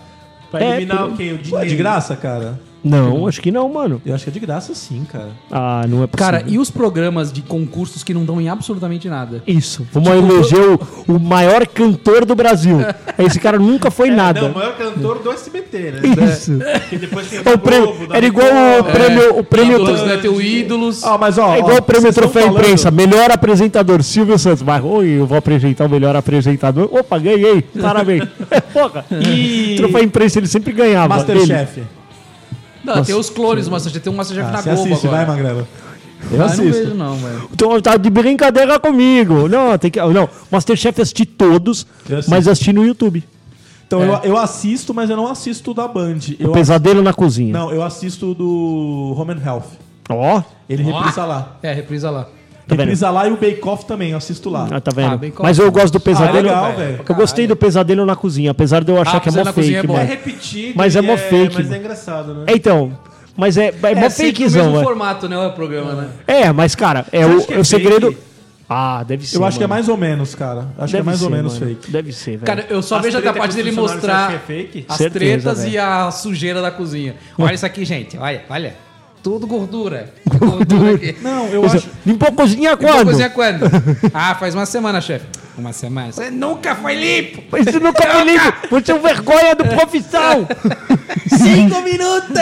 S5: Pra
S3: É,
S5: eliminar
S3: pelo-
S5: o quê? O
S2: Pô, é
S5: dinheiro.
S2: de graça, cara?
S3: Não, acho que não, mano.
S2: Eu acho que é de graça sim, cara.
S3: Ah, não é possível.
S4: cara, e os programas de concursos que não dão em absolutamente nada?
S3: Isso, Tipo, vamos eleger o, o maior cantor do Brasil. Esse cara nunca foi nada.
S5: É, Não, o maior cantor do SBT, né?
S3: Isso.
S5: Porque depois tem o
S3: É o prêmio-
S5: Globo, da
S3: era igual o
S5: Record.
S3: prêmio, o
S5: é,
S3: prêmio
S4: Ídolos, né? Tem o Ídolos.
S2: Ah, mas ó.
S3: É igual
S2: ó,
S3: o prêmio
S2: vocês tão
S3: Troféu
S2: falando-
S3: Imprensa. Melhor apresentador, Silvio Santos. Mas, oi, eu vou apresentar o melhor apresentador. Opa, ganhei. Parabéu. Porra.
S2: E-
S3: Troféu Imprensa ele sempre ganhava. Ele-
S2: Masterchef.
S4: não, tem os clones do Masterchef. Tem um Masterchef
S2: Ah,
S4: na
S2: você
S4: Globo
S2: assiste, vai,
S4: agora.
S2: Magrela.
S4: Ah,
S2: Eu
S4: não vejo
S2: assisto.
S4: não, velho.
S3: Então, tá de brincadeira comigo. Não, tem que. Não, Masterchef eu assisti todos,
S2: Eu assisti.
S3: mas assisti no YouTube.
S2: Então, eu, eu assisto, mas eu não assisto da Band. Eu
S3: É. Pesadelo na cozinha.
S2: Não, eu assisto do Home and Health.
S3: Ó,
S2: Ele reprisa lá.
S4: É, reprisa lá.
S3: Tá vendo?
S2: reprisa lá e o Bake Off também, eu assisto lá.
S3: ah, tá
S4: Ah,
S3: vendo?
S4: bem
S3: mas eu gosto do pesadelo.
S2: legal, velho.
S3: Eu gostei do pesadelo na cozinha, apesar de eu achar
S4: Ah,
S3: que é mó
S4: Pesadelo na Cozinha
S3: fake,
S4: é bom.
S5: É
S3: mano.
S5: repetido.
S3: Mas é
S5: e
S3: mó fake,
S5: Mas
S3: mano.
S5: é engraçado, né?
S3: É, então. Mas é, é, mó
S4: sempre o
S3: fakezão,
S4: mesmo
S3: velho.
S4: formato, né? O programa, né?
S3: É, mas, cara, é
S5: Você
S3: o,
S5: acha que
S3: é
S5: é
S3: o segredo.
S5: fake?
S3: Ah, deve ser.
S2: eu acho que é
S3: mano.
S2: mais ou menos, cara. Acho que é
S3: Deve
S2: mais ou
S3: ser,
S2: menos
S3: mano.
S2: fake.
S3: Deve ser, velho.
S4: Cara, eu só
S5: As
S4: vejo
S5: treta
S4: aquela parte
S5: com
S4: dele
S5: funcionário, você
S4: mostrar
S5: acha que é fake?
S4: as
S3: Certeza,
S4: tretas
S3: velho.
S4: e a sujeira da cozinha. Olha isso aqui, gente. Olha, olha. Tudo gordura. Gordura aqui.
S2: Não, eu
S3: Mas,
S2: acho.
S3: é. Limpou a cozinha
S4: Limpou a
S3: quando?
S4: cozinha quando? ah, faz uma semana, chefe. Uma semana. Você nunca foi limpo.
S3: Mas você nunca
S2: É.
S3: me limpa. Você é um vergonha do profissão.
S4: Cinco minutos.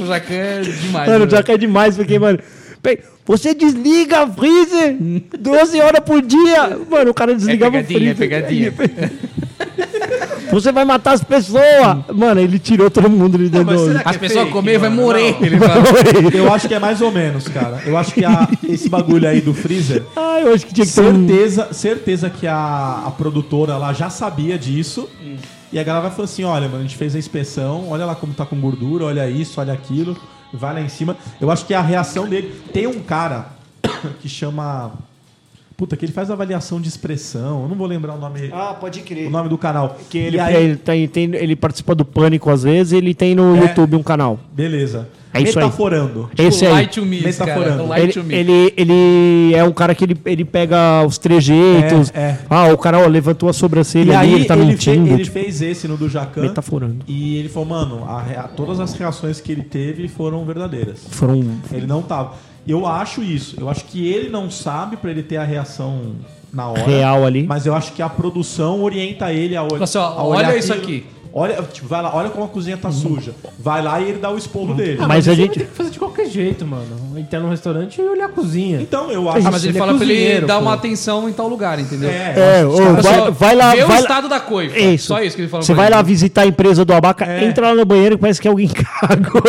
S4: O Jacan é demais.
S3: Mano,
S4: né?
S3: já cai demais, porque, mano. pe- Você desliga o freezer 12 horas por dia. Mano, o cara
S4: É
S3: desligava
S4: pegadinha, é
S3: o freezer.
S4: pegadinha.
S3: Você vai matar as pessoas. Mano, ele tirou todo mundo de dentro.
S2: mas
S3: do-
S2: será
S4: As
S2: É
S4: pessoas
S2: fake,
S4: comer vai
S2: mano,
S4: morrer.
S2: não.
S4: Ele fala,
S2: Eu acho que é mais ou menos, cara. Eu acho que a- esse bagulho aí do freezer,
S3: Ah, eu acho que tinha que ter um...
S2: certeza, certeza que a, a produtora lá já sabia disso.
S3: Hum.
S2: E a galera falou assim: olha, mano, a gente fez a inspeção, olha lá como tá com gordura, olha isso, olha aquilo, vai lá em cima. Eu acho que é a reação dele. Tem um cara que chama. Puta, que ele faz avaliação de expressão. Eu não vou lembrar o nome,
S9: Ah, pode crer.
S2: o nome do canal.
S3: Que ele,
S2: e aí,
S3: ele, tem, tem- ele participa do Pânico às vezes e ele tem no
S2: É.
S3: YouTube um canal.
S2: beleza.
S3: É isso aí.
S2: Metaforando.
S3: Esse
S4: o
S3: aí.
S4: Tipo, Light to Me, cara.
S2: Metaforando.
S4: O Light
S3: Ele,
S4: to Me.
S3: ele, ele é um cara que ele, ele pega os trejeitos.
S2: É, é.
S3: Ah, o cara ó, levantou a
S2: E
S3: sobrancelha ali,
S2: aí
S3: ele tá
S2: ele, fe-
S3: mentindo.
S2: ele
S3: tipo,
S2: fez esse no do Jacan.
S3: metaforando.
S2: E ele falou, mano, a rea- todas as reações que ele teve foram verdadeiras.
S3: Foram
S2: Ele não tava. Eu acho isso. Eu acho que ele não sabe pra ele ter a reação na hora.
S3: Real ali.
S2: Mas eu acho que a produção orienta ele a olhar.
S5: assim,
S4: Nossa, ó,
S2: a
S4: olha
S2: olhar
S4: isso
S2: aquilo.
S4: aqui.
S2: Olha, tipo, vai lá, olha como a cozinha tá suja. Vai lá e ele dá o esporro dele.
S3: Uhum. Ah,
S4: Ah,
S3: mas- a
S5: isso
S3: gente-
S5: Tem que fazer de qualquer jeito, mano. Entrar num restaurante e olhar a cozinha.
S2: Então, eu
S4: Ah,
S2: acho.
S4: mas
S5: Ele
S4: ele,
S5: é
S4: fala pra ele
S5: cozinheiro,
S4: dar
S5: pô.
S4: uma atenção em tal lugar, entendeu?
S3: É, ô,
S4: Cara,
S3: vai,
S4: só
S3: vai lá.
S4: Vê
S3: vai
S4: o
S3: lá- É
S4: estado da coifa.
S3: Isso.
S4: Só isso que ele falou
S3: Você
S4: pra
S3: vai
S4: ele.
S3: lá visitar a empresa do Abaca,
S2: É.
S3: entra lá no banheiro que parece que é alguém cagou.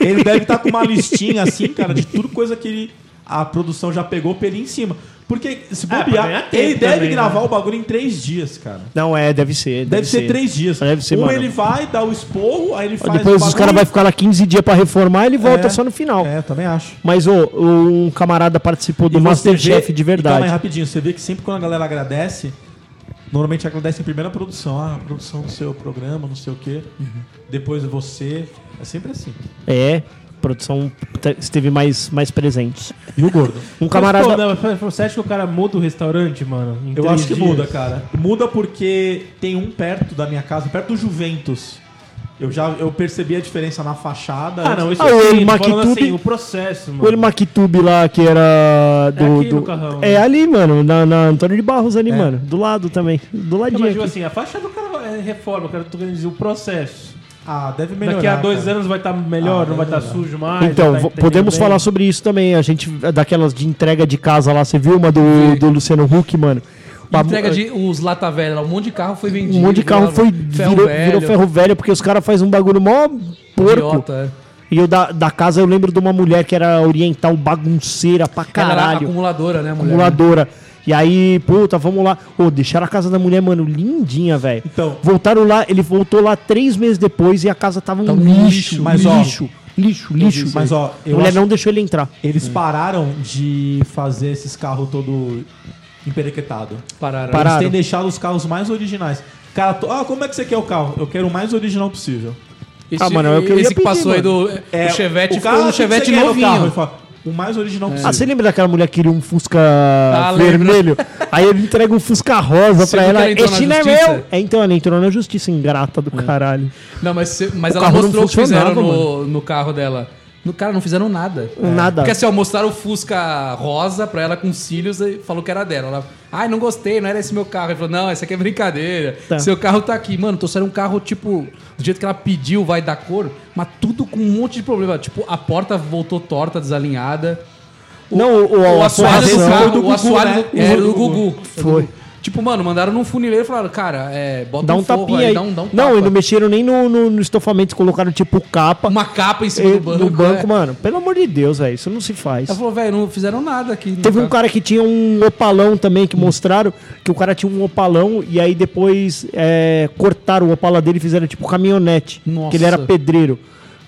S2: Ele deve estar com uma listinha assim, cara, de tudo coisa que ele, a produção já pegou pra ele em cima. Porque se
S5: É, pra
S2: bobear,
S5: ganhar tempo
S2: ele deve
S5: também, né?
S2: gravar o bagulho em três dias, cara.
S3: Não, é, deve ser.
S2: Deve, ser, três dias.
S3: Deve ser,
S2: um
S3: mano.
S2: ele vai, dá o esporro, aí ele faz o
S3: Depois os
S2: bagulho.
S3: caras vão ficar lá 15 dias pra reformar ele volta
S2: É.
S3: só no final.
S2: É, também acho.
S3: Mas ô, um camarada participou do
S2: E você
S3: Masterchef
S2: vê-
S3: de
S2: Então,
S3: verdade.
S2: mas rapidinho, você vê que sempre quando a galera agradece, normalmente agradece em primeira produção. Ah, a produção do seu programa, não sei o quê. Depois você. É sempre assim.
S3: é, a produção te- esteve mais, mais presente.
S2: E o gordo?
S3: Um
S5: Mas, pô,
S3: camarada.
S5: não, mas né, você acha que o cara muda o restaurante, mano? em
S2: Eu
S5: três
S2: acho que
S5: dias?
S2: muda, cara. Muda porque tem um perto da minha casa, perto do Juventus. Eu já eu percebi a diferença na fachada.
S5: Ah, não, isso
S3: Ah,
S5: é
S3: o El
S5: assim, tô falando
S3: Makitub-
S5: assim, o processo, mano.
S3: O Maquitube lá, que era do.
S5: aqui
S3: do-
S5: no Carrão,
S3: é
S5: né?
S3: ali, mano. Na, na Antônio de Barros
S2: É.
S3: ali, mano. Do lado também. Do
S5: Eu
S3: ladinho.
S5: imagino
S3: aqui.
S5: assim, a faixa do cara é reforma, o cara tá querendo dizer o processo.
S2: Ah, deve melhorar.
S5: Daqui a dois
S2: cara.
S5: anos vai estar melhor,
S2: Ah,
S5: não vai estar
S2: melhorar.
S5: sujo mais.
S3: Então,
S5: vai tá
S3: vo- podemos
S5: entendendo
S3: falar
S5: bem.
S3: sobre isso também. A gente, daquelas de entrega de casa lá, você viu uma do, do Luciano Huck, mano? Uma-
S4: Entrega de os lata velha, lá, um monte de carro foi vendido.
S3: um monte de carro
S4: lá,
S3: foi, virou, virou ferro velho, porque os caras fazem um bagulho mó porco.
S4: Idiota, é.
S3: E eu da, da casa eu lembro de uma mulher que era oriental bagunceira pra
S4: Ela era
S3: caralho.
S4: acumuladora, né, mulher?
S3: acumuladora. E aí, puta, vamos lá. Ô, deixaram a casa da mulher, mano, lindinha, velho.
S2: Então.
S3: Voltaram lá, ele voltou lá três meses depois e a casa tava um
S4: Tá um
S3: lixo,
S4: lixo,
S2: mas, ó,
S3: lixo, lixo, lixo.
S2: Mas, ó,
S3: a
S2: eu
S3: mulher
S2: acho-
S3: não É. deixou ele entrar.
S2: Eles pararam de fazer esses carros todo emperequetado.
S4: Pararam.
S3: Para-
S2: Eles
S3: Pararam.
S2: têm deixado os carros mais originais. Cara, to- ah, como é que você quer o carro? Eu quero o mais original possível.
S4: Esse,
S3: Ah, mano, é o que eu ia
S4: esse que
S3: pedir,
S4: passou aí do
S2: É,
S4: o Chevette,
S2: carro
S4: foi um
S2: que
S4: Chevette
S2: você quer, é o carro. Ele
S4: novinho.
S2: fala, O mais original
S3: Ah,
S2: possível.
S3: você lembra daquela mulher que queria um Fusca
S4: Ah, lembro.
S3: vermelho? Aí ele entrega um Fusca rosa
S4: Você
S3: pra
S4: viu que
S3: ela.
S4: ela entrou na
S3: Este não é
S4: justiça? É.
S3: meu! É, então ela entrou na justiça, ingrata do caralho.
S4: Não, mas, se- mas
S3: O
S4: ela
S3: carro não
S4: mostrou o que
S3: funcionava,
S4: fizeram no, no carro dela. No cara, não fizeram nada.
S3: É. Nada.
S4: Porque assim, ó, mostraram o Fusca rosa pra ela com cílios e falou que era dela. Ela, ai, não gostei, não era esse meu carro. Ele falou, não, esse aqui é brincadeira.
S3: Tá.
S4: Seu carro tá aqui. Mano, trouxeram um carro, tipo, do jeito que ela pediu, vai dar cor, mas tudo com um monte de problema. Tipo, a porta voltou torta, desalinhada.
S3: não, o, o,
S4: O é
S3: a
S4: assoalho do
S3: formação-
S4: carro,
S2: do
S4: o
S2: Gugu,
S4: assoalho
S2: né?
S4: do, era do Gugu.
S3: Foi.
S4: Tipo, mano, mandaram num funileiro e falaram, cara, é, bota
S3: Dá um
S4: forro
S3: tapinha aí.
S4: dá um, dá um
S3: não,
S4: tapa.
S3: e não mexeram nem no, no, no estofamento, colocaram tipo capa
S4: Uma capa em cima
S3: eh,
S4: do banco.
S3: no banco,
S4: é.
S3: mano. Pelo amor de Deus, velho, isso não se faz.
S4: Ela falou, velho, não fizeram nada aqui. tá?"
S3: Teve
S4: Não
S3: um cara que tinha um opalão também, que mostraram que o cara tinha um opalão e aí depois eh, cortaram o opala dele e fizeram tipo caminhonete.
S4: Nossa.
S3: Que ele era pedreiro.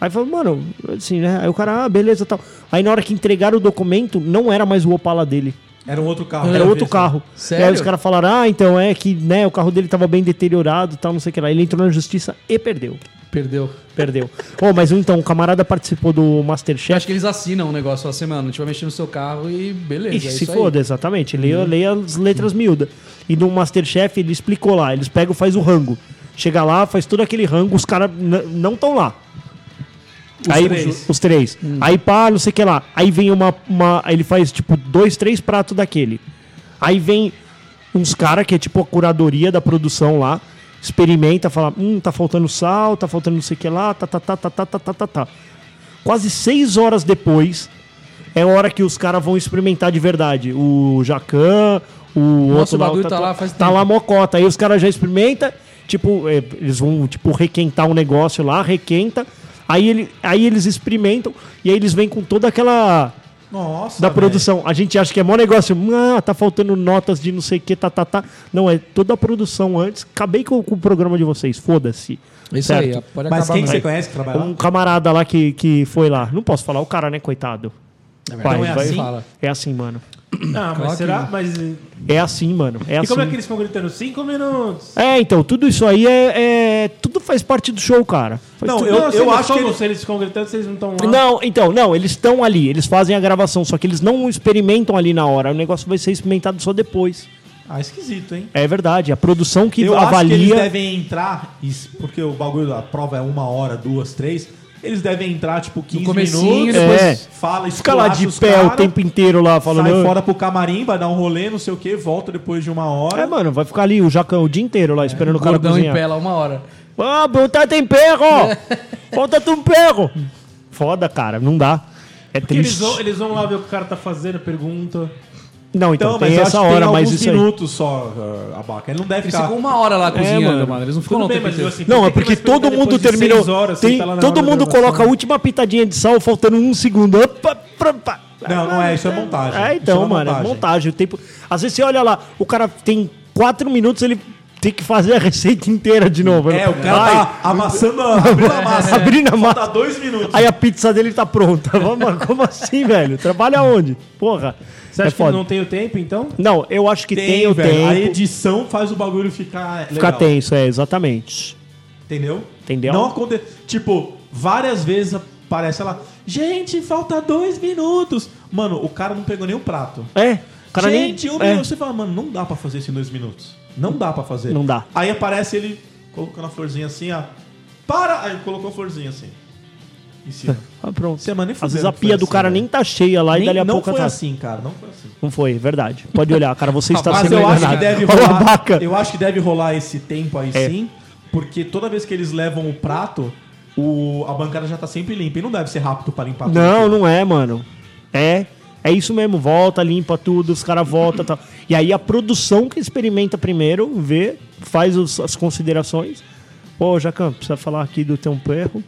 S3: Aí falou, mano, assim, né? Aí o cara, ah, beleza tal. Aí na hora que entregaram o documento, não era mais o opala dele.
S2: Era um outro carro.
S3: Era outro carro.
S4: Sério?
S3: E aí os caras falaram, ah, então é que né, o carro dele tava bem deteriorado e tal, não sei o que lá. Ele entrou na justiça e perdeu.
S4: Perdeu.
S3: Perdeu. oh, mas então, o camarada participou do
S4: Eu
S3: Masterchef.
S4: acho que eles assinam um negócio assim, mano, a gente vai mexer no seu carro e beleza.
S3: E
S4: é
S3: se
S4: isso aí. Uhum.
S3: foda, exatamente. Leia, leia as letras miúdas. E no Masterchef ele explicou lá, eles pegam e faz o rango. Chega lá, faz todo aquele rango, os caras n- não estão lá. Os aí,
S2: três.
S3: Os três.
S4: Uhum.
S3: Aí pá, não sei o que lá. Aí vem uma, uma. Ele faz tipo dois, três pratos daquele. Aí vem uns caras que é tipo a curadoria da produção lá. experimenta, fala, hum, tá faltando sal, tá faltando não sei o que lá, tá, tá, tá, tá, tá, tá, tá, tá, tá. Quase seis horas depois é a hora que os caras vão experimentar de verdade. O Jacan, o outro lá,
S4: bagulho
S3: o
S4: tá
S3: tatu-
S4: lá faz
S3: tá
S4: tempo.
S3: lá mocota. Aí os caras já experimentam, tipo, é, eles vão, tipo, requentar um negócio lá, requenta. Aí, ele, aí eles experimentam e aí eles vêm com toda aquela
S2: Nossa.
S3: da
S2: velho.
S3: produção. A gente acha que é mó negócio. Ah, tá faltando notas de não sei o que, tá, tá, tá. Não, é toda a produção antes. Acabei com, com o programa de vocês, foda-se.
S4: É Isso
S3: Certo.
S4: aí, pode
S2: Mas
S4: acabar
S2: quem que
S4: mais.
S2: você conhece que trabalha lá?
S3: Um camarada lá que, que foi lá. Não posso falar o cara, né, coitado. Pai,
S2: Então é
S3: vai-
S2: assim?
S4: Fala.
S3: é assim, mano.
S5: Ah, mas
S4: Coloca
S5: será?
S4: aí.
S5: Mas. E
S3: É assim, mano. É assim.
S5: como é que eles ficam gritando? Cinco minutos!
S3: É, então, tudo isso aí é, é- Tudo faz parte do show, cara. Faz
S2: Não,
S3: tudo-
S2: eu-
S5: sei, mas
S2: acho que
S5: como
S2: ele-
S5: se eles ficam gritando, vocês não estão lá.
S3: Não, então, não, eles estão ali, eles fazem a gravação, só que eles não experimentam ali na hora. O negócio vai ser experimentado só depois.
S2: Ah, esquisito, hein?
S3: É verdade, a produção que
S2: eu
S3: avalia.
S2: acho que eles devem entrar, is- porque o bagulho da prova é uma hora, duas, três. Eles devem entrar, tipo, 15
S4: comecinho,
S2: minutos,
S3: depois-
S2: fala,
S3: É. Fica lá
S2: esculacha
S3: de
S2: os
S3: pé
S2: cara,
S3: o tempo inteiro lá falando.
S2: Sai
S3: "Ah,
S2: fora pro camarim, vai dar um rolê, não sei o que, volta depois de uma hora.
S3: É, mano, vai ficar ali o Jacão o dia inteiro
S2: É,
S3: lá esperando o cara
S4: Gordão em
S3: cozinhar.
S4: pé lá uma hora.
S3: Ah, botar tempero! Falta tempero! Foda, cara, não dá. É
S5: Porque eles
S3: triste.
S5: vão, eles vão lá ver o que o cara tá fazendo, pergunta.
S3: Não, então,
S2: Então,
S3: tem
S2: mas eu acho
S3: essa
S2: que tem
S3: hora, mas
S2: alguns
S3: isso aí.
S2: minutos só, uh, Abaca. Ele não deve
S4: Eles
S2: ficar...
S4: ficam uma hora lá cozinhando,
S3: É, mano.
S4: mano. Eles não ficam
S5: Tudo
S4: lá o
S5: bem,
S4: tempo
S5: mas
S4: inteiro.
S5: assim.
S3: Não,
S5: por
S3: é porque
S5: que que vai perguntar
S3: todo mundo
S5: depois de seis
S3: terminou.
S5: horas, se
S3: tem-
S5: tá lá na
S3: todo
S5: hora da
S3: mundo
S5: gravação?
S3: coloca a última pitadinha de sal faltando um segundo. Opa, pra, pá.
S2: Não, não é, isso é montagem.
S3: É,
S2: Isso
S3: então,
S2: é
S3: mano, é
S2: montagem.
S3: montagem. O tempo... Às vezes você olha lá, o cara tem quatro minutos, ele tem que fazer a receita inteira de novo.
S2: É, o cara
S3: Vai,
S2: tá amassando a, abrindo a massa. né?
S3: Abrindo a
S2: Falta
S3: massa.
S2: dois minutos.
S3: Aí a pizza dele tá pronta. Vamos, como assim, velho? Trabalha onde? Porra.
S5: Você
S3: é
S5: acha que
S3: foda.
S5: não tem o tempo, então?
S3: não... eu acho que tem, o
S2: velho.
S3: tempo.
S2: A edição faz o bagulho ficar
S3: Fica
S2: legal.
S3: tenso, é, exatamente.
S2: Entendeu?
S3: Entendeu?
S2: Não acontece. Tipo, várias vezes aparece lá. Gente, falta dois minutos. Mano, o cara não pegou nem o prato.
S3: É, o cara
S2: Gente,
S3: nem...
S2: um
S3: é.
S2: minuto. Você fala, mano, não dá pra fazer isso em dois minutos. Não dá pra fazer.
S3: Não dá.
S2: Aí aparece ele colocando a florzinha assim, ó. Para! Aí colocou a florzinha assim. Em cima.
S3: Ah, pronto.
S2: Você, mano, nem
S3: Às
S2: fudendo
S3: vezes a
S2: que foi
S3: pia do
S2: assim,
S3: cara
S2: velho.
S3: nem tá cheia lá e
S2: Nem-
S3: dali a
S2: não
S3: pouco
S2: foi
S3: tá...
S2: assim, cara. Não foi assim.
S3: Não foi, é verdade. Pode olhar, cara, você está
S2: Mas
S3: sendo
S2: eu acho que
S3: enganado.
S2: deve
S3: Olha o
S2: rolar.
S3: abaca.
S2: Eu acho que deve rolar esse tempo aí
S3: É.
S2: sim, porque toda vez que eles levam o prato, o, a bancada já tá sempre limpa. E não deve ser rápido pra limpar
S3: Não,
S2: tudo.
S3: não é, mano. É. É isso mesmo, volta, limpa tudo, os caras voltam e tal. E aí a produção que experimenta primeiro, vê, faz os- as considerações. Pô, Jacan, precisa falar aqui do teu perro.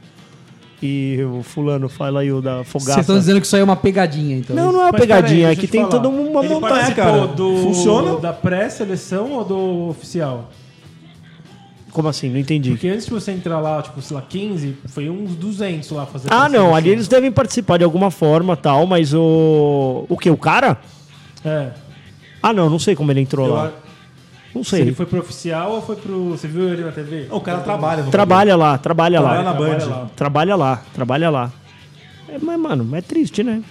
S3: E o fulano fala aí o da
S4: Vocês
S3: fogaça.
S4: estão
S5: né?
S4: dizendo que isso aí é uma pegadinha, então.
S3: Não, não é uma
S5: Mas peraí,
S3: pegadinha,
S5: deixa
S3: é
S5: eu
S3: que
S5: te
S3: tem
S5: falar.
S3: toda uma
S5: Ele
S3: montanha.
S2: participou
S5: participou
S2: cara.
S5: Do,
S2: Funciona?
S5: Da pré-seleção ou do oficial?
S3: Como assim? Não entendi.
S5: Porque antes de você entrar lá, tipo, sei lá, 15, foi uns 200 lá fazer
S3: Ah, não,
S5: pré-seleção.
S3: ali eles devem participar de alguma forma tal, mas o. O que? O cara?
S5: É.
S3: Ah, não, não sei como ele entrou
S2: Eu
S3: lá.
S2: a-
S3: Não
S5: Se ele
S3: sei.
S5: foi pro oficial ou foi pro. Você viu ele na TV?
S2: O cara trabalha. no
S3: Trabalha lá, trabalha lá.
S2: Trabalha na Band.
S3: Trabalha lá, trabalha lá. É, mas, mano, é triste, né?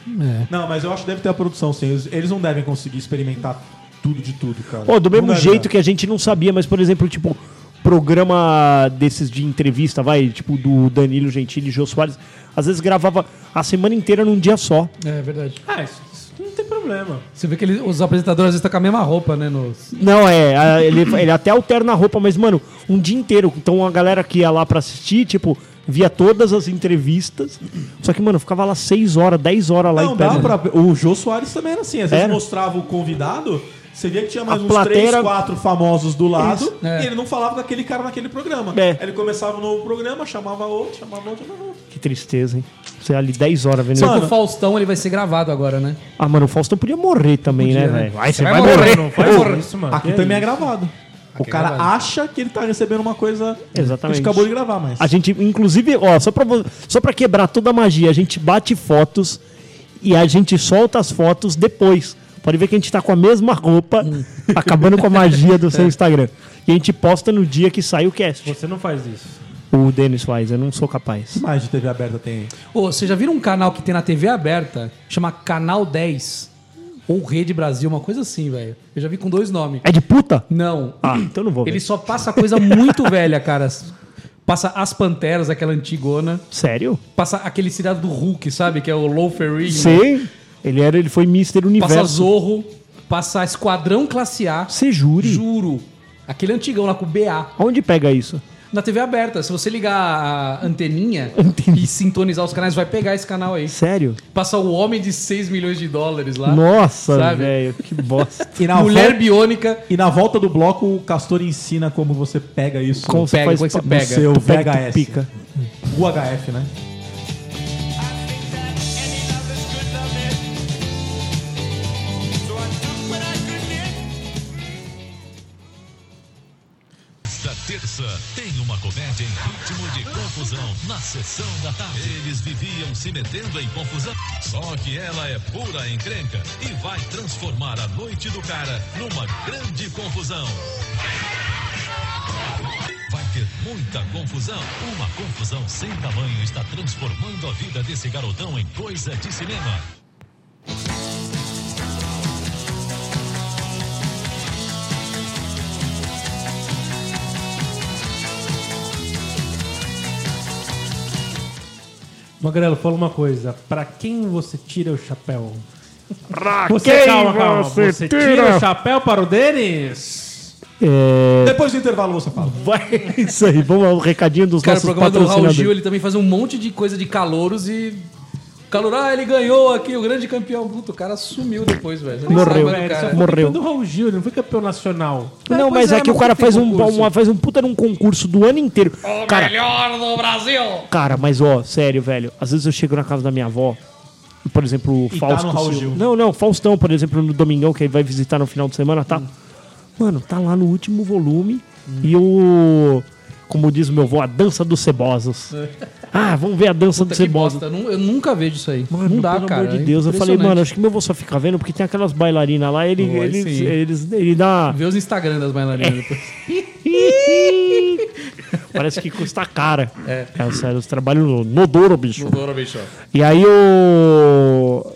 S2: Não, mas eu acho que deve ter a produção sim. Eles- Eles não devem conseguir experimentar tudo de tudo, cara.
S3: Pô, do mesmo
S2: Não deve,
S3: jeito
S2: cara.
S3: que a gente não sabia, mas, por exemplo, tipo, programa desses de entrevista, vai, tipo, do Danilo Gentili e Jô Soares, às vezes gravava a semana inteira num dia só.
S4: É verdade.
S5: Ah, isso, isso não tem problema.
S4: Você vê que ele- os apresentadores às vezes estão com a mesma roupa, né? Nos...
S3: Não, é, a- ele, ele até alterna a roupa, mas, mano, um dia inteiro. Então a galera que ia lá pra assistir, tipo, via todas as entrevistas. Só que, mano, ficava lá 6 horas, 10 horas lá
S2: Não,
S3: em
S2: dá
S3: pé.
S2: pra... O Jô Soares também era assim. Às vezes
S3: Era.
S2: mostrava o convidado, você via que tinha mais
S3: A
S2: uns
S3: plateia
S2: três,
S3: era-
S2: quatro famosos do lado,
S4: É.
S2: e ele não falava daquele cara naquele programa.
S3: É.
S2: Aí Ele começava um novo programa, chamava outro, chamava outro, chamava outro.
S3: Que tristeza, hein? Você é ali 10 horas vendo.
S4: Só que
S3: ele.
S4: o Faustão ele vai ser gravado agora, né?
S3: Ah, mano, o Faustão podia morrer também, né, velho? Ai, você vai,
S4: morrer,
S3: morrer.
S4: não vai morrer.
S5: Isso, é mano.
S2: Aqui
S5: que
S2: também é gravado. o cara
S4: gravado.
S2: acha que ele tá recebendo uma coisa
S3: Exatamente.
S2: que a gente acabou de gravar, mas.
S3: A gente, inclusive, ó, só pra, vo- só pra quebrar toda a magia, a gente bate fotos e a gente solta as fotos depois. Pode ver que a gente tá com a mesma roupa, acabando com a magia do seu Instagram. E a gente posta no dia que sai o cast.
S5: Você não faz isso.
S3: O Denis faz, eu não sou capaz.
S2: que mais de TV aberta tem aí?
S4: Ô, vocês já viram um canal que tem na TV aberta? Chama Canal 10. Ou Rede Brasil, uma coisa assim, velho. Eu já vi com dois nomes.
S3: É de puta?
S4: Não.
S3: Ah, então não vou ver.
S4: Ele só passa coisa muito velha, cara. Passa As Panteras, aquela antigona.
S3: Sério?
S4: Passa aquele cidade do Hulk, sabe? Que é o Low Ferry.
S3: Sim. Ele, era, ele foi Mr.
S4: Passa
S3: Universo.
S4: Zorro. Passa Esquadrão Classe A.
S3: Você jure?
S4: Juro. Aquele antigão lá com o BA.
S3: Onde pega isso?
S4: Na TV aberta. Se você ligar a anteninha e sintonizar os canais, vai pegar esse canal aí.
S3: Sério?
S4: Passar o homem de 6 milhões de dólares lá.
S3: Nossa,
S4: Tá? Sabe?
S3: velho, que bosta.
S2: E na,
S4: Mulher
S2: volta,
S4: biônica.
S2: e na volta do bloco, o Castor ensina como Então você pega isso.
S3: Como
S4: Pega, como é que
S3: pa-
S4: você pega?
S3: você
S2: Seu
S3: tu pega, tu
S2: VHS.
S3: pica.
S2: O HF, né?
S6: Esta terça tem uma comédia em ritmo de confusão na sessão da tarde. Eles viviam se metendo em confusão, só que ela é pura encrenca e vai transformar a noite do cara numa grande confusão. Vai ter muita confusão. Uma confusão sem tamanho está transformando a vida desse garotão em coisa de cinema.
S5: Magrelo, fala uma coisa. Pra quem você tira o chapéu? Pra
S3: Ah, quem
S5: calma, calma.
S3: você
S5: Você
S3: tira?
S5: tira o chapéu para o Denis?
S3: É.
S2: Depois do intervalo você fala.
S3: Vai, isso aí. Vamos ao recadinho dos
S4: Cara, o
S3: nossos
S4: programa do Raul
S3: patrocinadores.
S4: Gil, ele também faz um monte de coisa de calouros e. Calor, ah, ele ganhou aqui, o grande campeão. Puta, o cara sumiu depois, velho. Você nem
S3: Morreu. É,
S4: sabe, né,
S5: Ele só
S4: cara?
S5: foi
S3: Morreu.
S5: campeão do Raul Gil, ele não foi campeão nacional.
S3: Não,
S4: pois
S3: mas
S4: é,
S3: é, que
S4: mas
S3: o cara
S4: não tem
S3: faz um,
S4: concurso.
S3: uma- faz um puta num concurso do ano inteiro. cara,
S4: Melhor do Brasil!
S3: Cara, mas ó, sério, velho. Às vezes eu chego na casa da minha avó, e, por exemplo, o
S2: tá
S3: Fausto.
S2: no Raul
S3: Silva-
S2: Gil.
S3: Não, não, Faustão, por exemplo, no Domingão, que ele vai visitar no final de semana,
S4: Hum.
S3: tá? Mano, tá lá no último volume. E o. Como diz o meu avô, a dança dos cebosos. ah, vamos ver a
S4: É.
S3: dança
S4: Puta,
S3: dos
S4: que
S3: cebosos.
S4: bosta, eu nu- eu nunca vejo isso aí.
S3: Mano,
S4: não dá,
S3: pelo
S4: cara.
S3: amor de
S4: é
S3: Deus. Eu falei,
S4: impressionante.
S3: mano, acho que meu avô só fica vendo porque tem aquelas bailarinas lá, ele,
S4: Pô, aí
S3: ele,
S4: sim.
S3: eles- ele dá.
S4: Vê os Instagram das bailarinas depois.
S3: Parece que custa cara. É, sério, os trabalhos no, no duro, bicho.
S4: Adoro, bicho.
S3: E aí o.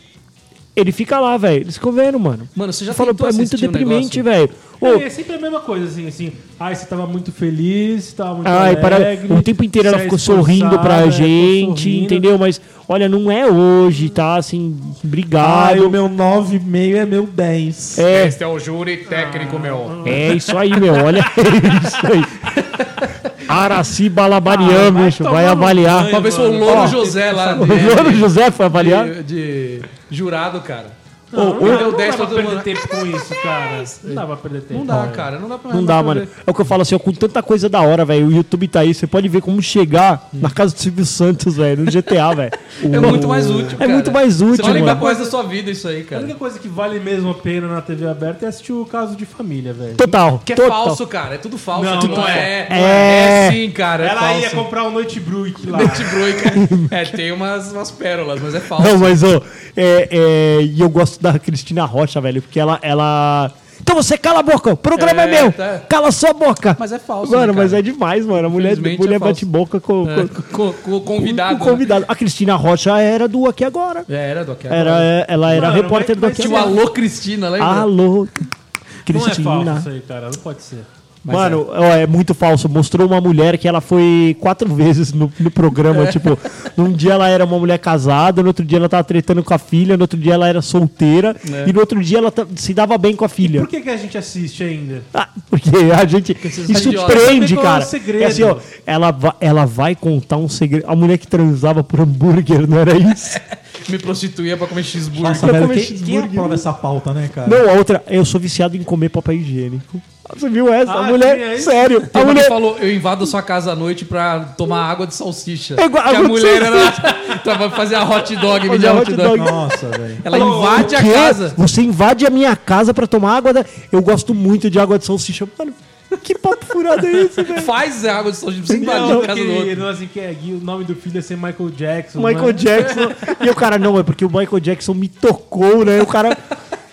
S3: Ele fica lá, velho. Eles ficam vendo, mano.
S4: Mano, você já
S3: Fala,
S4: tentou
S3: "Pô, é muito
S4: assistir um
S3: deprimente,
S4: negócio?"
S3: velho. Ô,
S5: É sempre a mesma coisa, assim, assim. Ai, você tava muito feliz, tava muito
S3: ai, para...
S5: alegre.
S3: O tempo inteiro ela
S5: você é
S3: ficou sorrindo
S5: esforçada,
S3: pra
S5: ela ficou
S3: gente,
S5: sorrindo.
S3: entendeu? Mas, olha, não é hoje, tá? Assim,
S2: Ai,
S3: obrigado.
S2: o meu 9,5 é meu 10.
S3: É,
S4: Esse é o júri técnico, meu.
S3: é isso aí, meu. Olha isso aí. Araci Balabarian,
S5: vai
S3: bicho.
S5: tomar
S3: Vai
S5: no
S3: avaliar.
S4: Uma vez foi o Louro José lá.
S3: O
S4: É,
S3: Louro José foi avaliar.
S4: de, de jurado, cara.
S5: Não,
S4: Ele
S5: não,
S4: deu
S5: não
S4: 10 pra
S5: dá pra
S4: todo mundo.
S5: perder tempo com isso, cara. Não dá pra perder tempo.
S4: Não dá, cara. Não dá pra
S3: Não dá, mano. É o que eu falo assim, ó, com tanta coisa da hora, velho. O YouTube tá aí, você pode ver como chegar na casa do Silvio Santos, velho, no GTA, velho.
S4: É muito mais útil,
S3: É
S4: cara.
S3: muito mais
S4: Você
S3: útil,
S4: vai lembrar é
S3: mano.
S4: coisa da sua vida isso aí,
S5: A
S4: cara. É
S5: única coisa que vale mesmo a pena na TV aberta é assistir o caso de família, velho.
S3: Total.
S4: Que é
S3: total.
S4: falso, cara. É tudo falso. Não,
S5: tudo falso.
S4: é.
S3: É.
S4: É sim, cara. É
S5: Ela
S4: falso.
S5: ia comprar o Noite Brook lá.
S4: Noite broica. É, tem umas, umas pérolas, mas é falso.
S3: Não, mas, ô, é, é, e eu gosto da Cristina Rocha, velho, porque ela, ela... Então você cala a boca, o programa é,
S4: É,
S3: meu.
S4: tá.
S3: Cala sua boca.
S4: Mas é falso, né,
S3: Mano, mas
S4: cara?
S3: é demais, mano. A mulher,
S4: Infelizmente
S3: mulher
S4: é falso.
S3: bate boca com,
S4: É,
S3: com-
S4: co- co- convidado.
S3: com o convidado. A Cristina Rocha era do Aqui Agora.
S4: né? É, era do aqui.
S3: Era, ela era
S5: Mano,
S3: repórter do
S5: mas- mas
S3: Aqui
S4: Tinha o
S3: Agora.
S4: Alô Cristina, lembra?
S3: Alô,
S5: Não é
S3: Cristina.
S5: falso isso aí, cara. Não pode ser.
S4: Mas
S3: Mano, ó, é. muito falso. Mostrou uma mulher que ela foi quatro vezes no, no programa.
S5: É.
S3: Tipo, num dia ela era uma mulher casada, no outro dia ela tava tretando com a filha, no outro dia ela era solteira,
S5: É.
S3: e no outro dia ela ta- se dava bem com a filha.
S5: Por que, que a gente assiste ainda?
S3: Ah, porque a gente. Isso
S4: idiotas.
S5: Sabe
S3: prende,
S5: qual é o
S3: cara.
S5: segredo?
S3: É assim, ó, ela, va- ela vai contar um segredo. A mulher que transava por hambúrguer, não era isso?
S4: Me prostituía pra comer cheeseburger.
S2: Nossa,
S3: Eu
S2: velho,
S3: comi
S2: quem, quem
S3: cheeseburger.
S2: aprova essa pauta, né, cara?
S3: Não, a outra. Eu sou viciado em comer papel higiênico. Você viu essa? a
S5: Ah, tinha
S3: mulher.
S5: isso.
S3: Sério. A
S4: Tem uma que
S3: mulher.
S4: falou, eu invado sua casa à noite pra tomar água de salsicha.
S3: É igual-
S4: que a
S3: água de
S4: mulher era, tava fazer a hot dog,
S3: Fazer
S4: vendia
S3: a
S4: hot
S3: hot
S4: dog.
S3: dog.
S2: Nossa, velho.
S4: Ela
S3: Falou,
S4: invade
S3: "O
S4: a
S3: quê?
S4: casa.
S3: Você invade a minha casa pra tomar água da. Eu gosto muito de água de salsicha. Mano, que papo furado é esse, velho?
S4: Faz a água de salsicha, você invade
S5: Não,
S4: a casa
S5: que-
S4: do outro.
S5: não, assim, que é, Gui, o nome do filho é ser Michael Jackson.
S3: Michael
S5: né?
S3: Jackson. E o cara, não, é porque o Michael Jackson me tocou, né? O cara.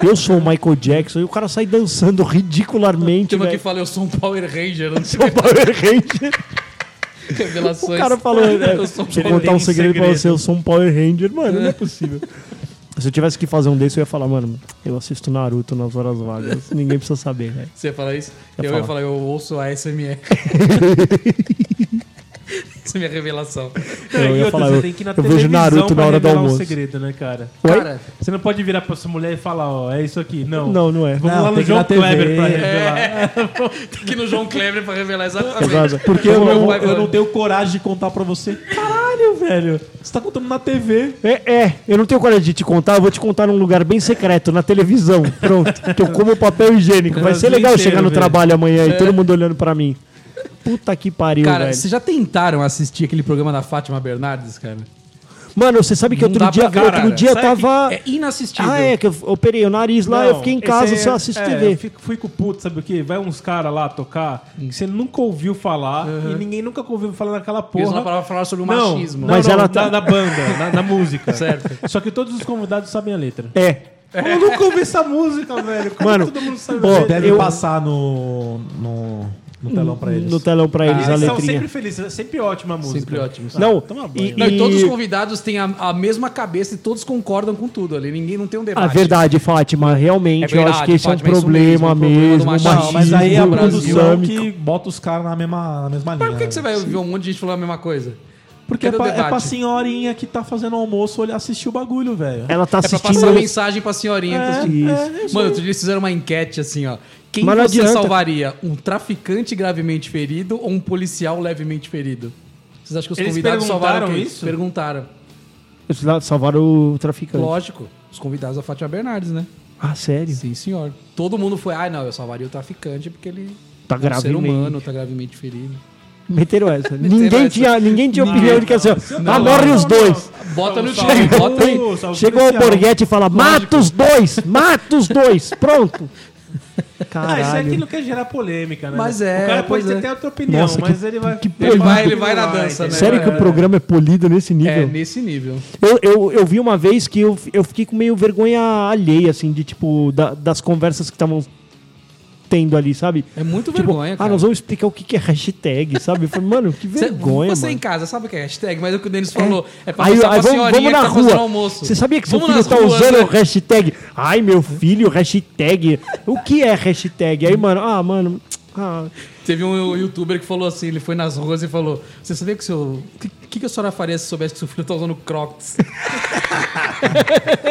S3: Eu sou o Michael Jackson. E o cara sai dançando ridicularmente.
S4: Tem uma que
S3: velho.
S4: fala, eu sou um Power Ranger, eu não sei
S3: Power Ranger.
S4: revelações.
S3: O cara falou, né?
S4: Eu sou um
S3: Deixa eu
S4: Power
S3: contar um segredo pra
S5: segredo.
S3: você, eu sou um Power Ranger, mano, não é possível. Se eu tivesse que fazer um desse, eu ia falar, mano, eu assisto Naruto nas horas vagas. Ninguém precisa saber, né? velho.
S4: Você ia falar isso?
S3: Eu
S4: Eu,
S3: falo.
S4: ia falar, eu ouço a SMR. Essa é minha revelação.
S5: Não,
S3: Eu
S5: e
S3: ia
S5: outra,
S3: falar,
S5: você
S3: eu-
S5: tem que ir na
S3: eu vejo
S5: televisão
S3: Naruto
S5: pra
S3: na hora do
S5: revelar um
S3: almoço.
S5: segredo, né, cara?
S3: Oi?
S9: Cara,
S5: Você não pode virar pra sua mulher e falar, ó, é isso aqui. Não.
S3: Não, não é.
S5: Vamos
S9: Não,
S5: lá no
S9: tem que ir
S5: João
S9: na TV.
S5: Kleber pra revelar.
S4: Tem que ir no João Kleber pra revelar exatamente.
S3: Exato.
S2: Porque eu,
S4: Vamos,
S2: não-
S4: vai,
S2: eu
S4: vai.
S2: não tenho coragem de contar pra você. Caralho, velho. Você tá contando na TV.
S3: É, é, eu não tenho coragem de te contar, eu vou te contar num lugar bem secreto, na televisão. Pronto. Que eu como papel higiênico. Vai ser
S5: Brasil
S3: legal
S5: inteiro,
S3: chegar no
S5: velho. É.
S3: trabalho amanhã e todo mundo olhando pra mim. Puta que pariu,
S4: Cara,
S3: velho.
S4: vocês já tentaram assistir aquele programa da Fátima Bernardes, cara?
S3: Mano, você sabe que
S4: Não
S3: outro
S4: dá
S3: dia,
S4: pra- cara,
S3: outro dia
S4: sabe
S3: tava.
S4: que É inassistível.
S3: Ah, é, que eu operei o nariz lá, Ah, eu
S5: Não,
S3: fiquei em
S5: esse
S3: casa,
S5: aí
S3: só assisto
S5: é,
S3: TV.
S5: Eu fico, fico puto, sabe o quê? Vai uns caras lá tocar que você nunca ouviu falar e ninguém nunca ouviu falar naquela porra.
S4: Eles lá pra falar sobre o
S5: Não,
S4: machismo. né?
S5: Não,
S3: Mas
S5: não,
S3: ela
S5: na-
S3: tá-
S5: na, banda, na, na música.
S4: Certo.
S5: Só que todos os convidados sabem a letra.
S3: É.
S5: Eu nunca ouvi essa música, velho. Como
S3: Mano,
S5: todo mundo sabe
S3: ó,
S5: a letra?
S2: Deve
S3: Eu-
S2: passar no, no, no telão pra eles.
S3: No telão
S4: Ah,
S3: pra eles a
S5: Eles são
S3: letrinha.
S5: sempre felizes, é sempre ótima a música.
S4: Sempre ótimo. sim.
S3: Não,
S5: toma banho.
S3: e,
S4: Não, e
S3: e-
S4: todos os convidados têm a, a mesma cabeça e todos concordam com tudo ali. Ninguém não tem um debate.
S3: A Ah, verdade, Fátima, realmente,
S4: É
S3: eu
S4: verdade,
S3: acho que esse
S4: Fátima,
S3: é
S4: é
S3: um
S4: isso mesmo,
S3: problema
S4: o problema do
S3: mesmo.
S4: machismo.
S3: machismo
S2: Não, mas aí é a
S4: do Brasil.
S2: produção
S3: islâmico.
S2: que bota os caras na mesma, na mesma linha.
S4: Mas por que, que você
S5: né?
S4: vai ouvir um monte de gente falando a mesma coisa?
S2: Porque é
S4: Cadê o
S2: pra, é
S4: debate?
S2: pra senhorinha que tá fazendo almoço olhar, assistir o bagulho, velho.
S3: Ela tá
S4: É pra
S3: assistindo.
S4: passar mensagem pra senhorinha. que tá assistindo.
S2: é,
S4: Mano, outro dia eles fizeram uma enquete assim, ó. Quem
S3: Mas não
S4: você
S3: adianta.
S4: salvaria? Um traficante gravemente ferido ou um policial levemente ferido? Vocês acham que os
S5: Eles
S4: convidados salvaram
S5: perguntaram
S4: quem?
S5: isso?
S4: Perguntaram.
S3: Eles lá Salvaram o traficante.
S4: Lógico. Os convidados da Fátima Bernardes, né?
S3: Ah, sério?
S4: Sim, senhor. Todo mundo foi, ah, não, eu salvaria o traficante porque ele
S3: Tá
S4: é um ser
S3: gravemente.
S4: humano, tá gravemente ferido.
S3: Meteram essa. ninguém,
S4: essa.
S3: Tinha, ninguém tinha
S4: Não,
S3: opinião de que assim, ó, ah, morre os dois.
S4: Bota no
S5: Salve,
S4: time, bota aí.
S5: salve, salve
S3: Chegou o
S5: policial.
S3: Borghetti e fala, mata os dois, mata os dois, pronto.
S5: Ah, isso é
S3: Caralho.
S5: aquilo que quer gerar polêmica, né?
S4: Mas é,
S5: O cara pode
S4: pois
S5: ter
S4: é.
S5: até outra opinião,
S3: Nossa,
S5: mas
S3: que-
S5: ele vai.
S3: que
S4: Ele vai, ele
S5: Vai,
S4: vai na dança, né?
S3: Sério que o programa é polido nesse nível?
S4: É, nesse nível.
S3: Eu, eu, eu vi uma vez que eu, eu fiquei com meio vergonha alheia, assim, de tipo, da- das conversas que estavam tendo ali, sabe?
S4: É muito
S3: Tipo,
S4: vergonha,
S3: ah,
S4: cara.
S3: nós vamos explicar o que que é hashtag, sabe? Eu falei, mano, que
S4: Cê-
S3: vergonha,
S4: você em
S3: mano.
S4: casa sabe o que é hashtag, mas é o que o Denis falou. É pra
S3: Aí,
S4: mostrar
S3: aí
S4: pra
S3: vamos,
S4: senhorinha
S3: vamos na
S4: que tá fazendo
S3: rua.
S4: almoço.
S3: Você sabia que seu
S4: Vamos
S3: filho
S4: nas
S3: tá
S4: ruas,
S3: usando
S4: né?
S3: o hashtag? Ai, meu filho, hashtag. O que é hashtag? Aí, mano, ah, mano. ah.
S4: Teve um youtuber que falou assim, ele foi nas ruas e falou: Você sabia que seu. O que, que, que a senhora faria se soubesse que seu filho tá usando crocs?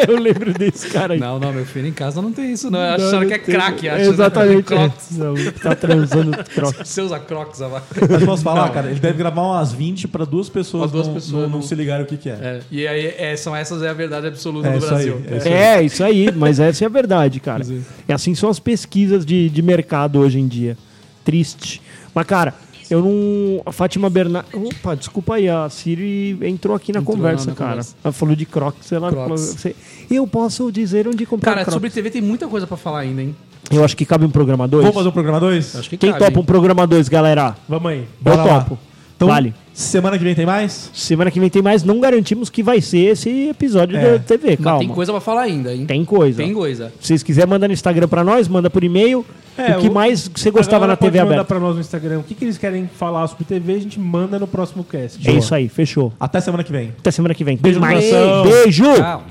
S3: Eu lembro desse cara aí.
S4: não, não, meu filho, em casa não tem isso, não.
S3: Não,
S4: Acharam
S3: não
S4: que é
S3: tem.
S4: craque, acha
S3: Exatamente.
S4: Que é crocs.
S3: é. Não, tá transando crocs.
S4: Você usa crocs, Avaca.
S2: Mas posso falar, cara? Ele deve gravar umas 20 pra duas pessoas,
S4: Pra duas
S2: não,
S4: pessoas,
S2: não- não
S4: não.
S2: se ligarem o que, que é.
S4: É, e aí, é, são essas é a verdade absoluta
S2: É
S4: do
S2: isso aí,
S4: Brasil.
S2: é isso aí.
S3: É, isso aí, mas essa é a verdade, cara. É assim são as pesquisas de, de mercado hoje em dia. Triste. Mas, cara, eu não. A Fátima Bernardes. Opa, desculpa aí, a Siri entrou aqui na
S4: Entrou
S3: conversa,
S4: na- na
S3: cara.
S4: conversa.
S3: Ela falou de Crocs, ela
S4: Crocs.
S3: falou. você- Eu posso dizer onde comprar
S4: Cara,
S3: Crocs.
S4: sobre TV tem muita coisa pra falar ainda, hein?
S3: Eu acho que cabe um programa 2.
S2: Vamos fazer o programa 2?
S4: Acho que
S3: Quem
S4: cabe,
S3: topa
S4: hein?
S3: um programa 2, galera?
S5: Vamos aí.
S3: Eu
S2: Bora lá.
S3: topo.
S2: Então,
S3: vale.
S2: semana que vem tem mais?
S3: Semana que vem tem mais, não garantimos que vai ser esse episódio
S2: É.
S3: da TV,
S4: Mas
S3: calma.
S4: tem coisa pra falar ainda, hein?
S3: Tem coisa.
S4: Tem coisa.
S3: Se vocês quiserem, manda no Instagram pra nós, manda por e-mail.
S5: É,
S3: o que
S5: o-
S3: mais que você gostava
S5: A galera
S3: na TV
S5: pode mandar
S3: aberta.
S5: pra nós no Instagram o que, que eles querem falar sobre TV, a gente manda no próximo cast.
S3: É isso aí, fechou.
S2: Até semana que vem.
S3: Até semana que vem. Beijo,
S2: no coração.
S3: Beijo.
S4: Tchau.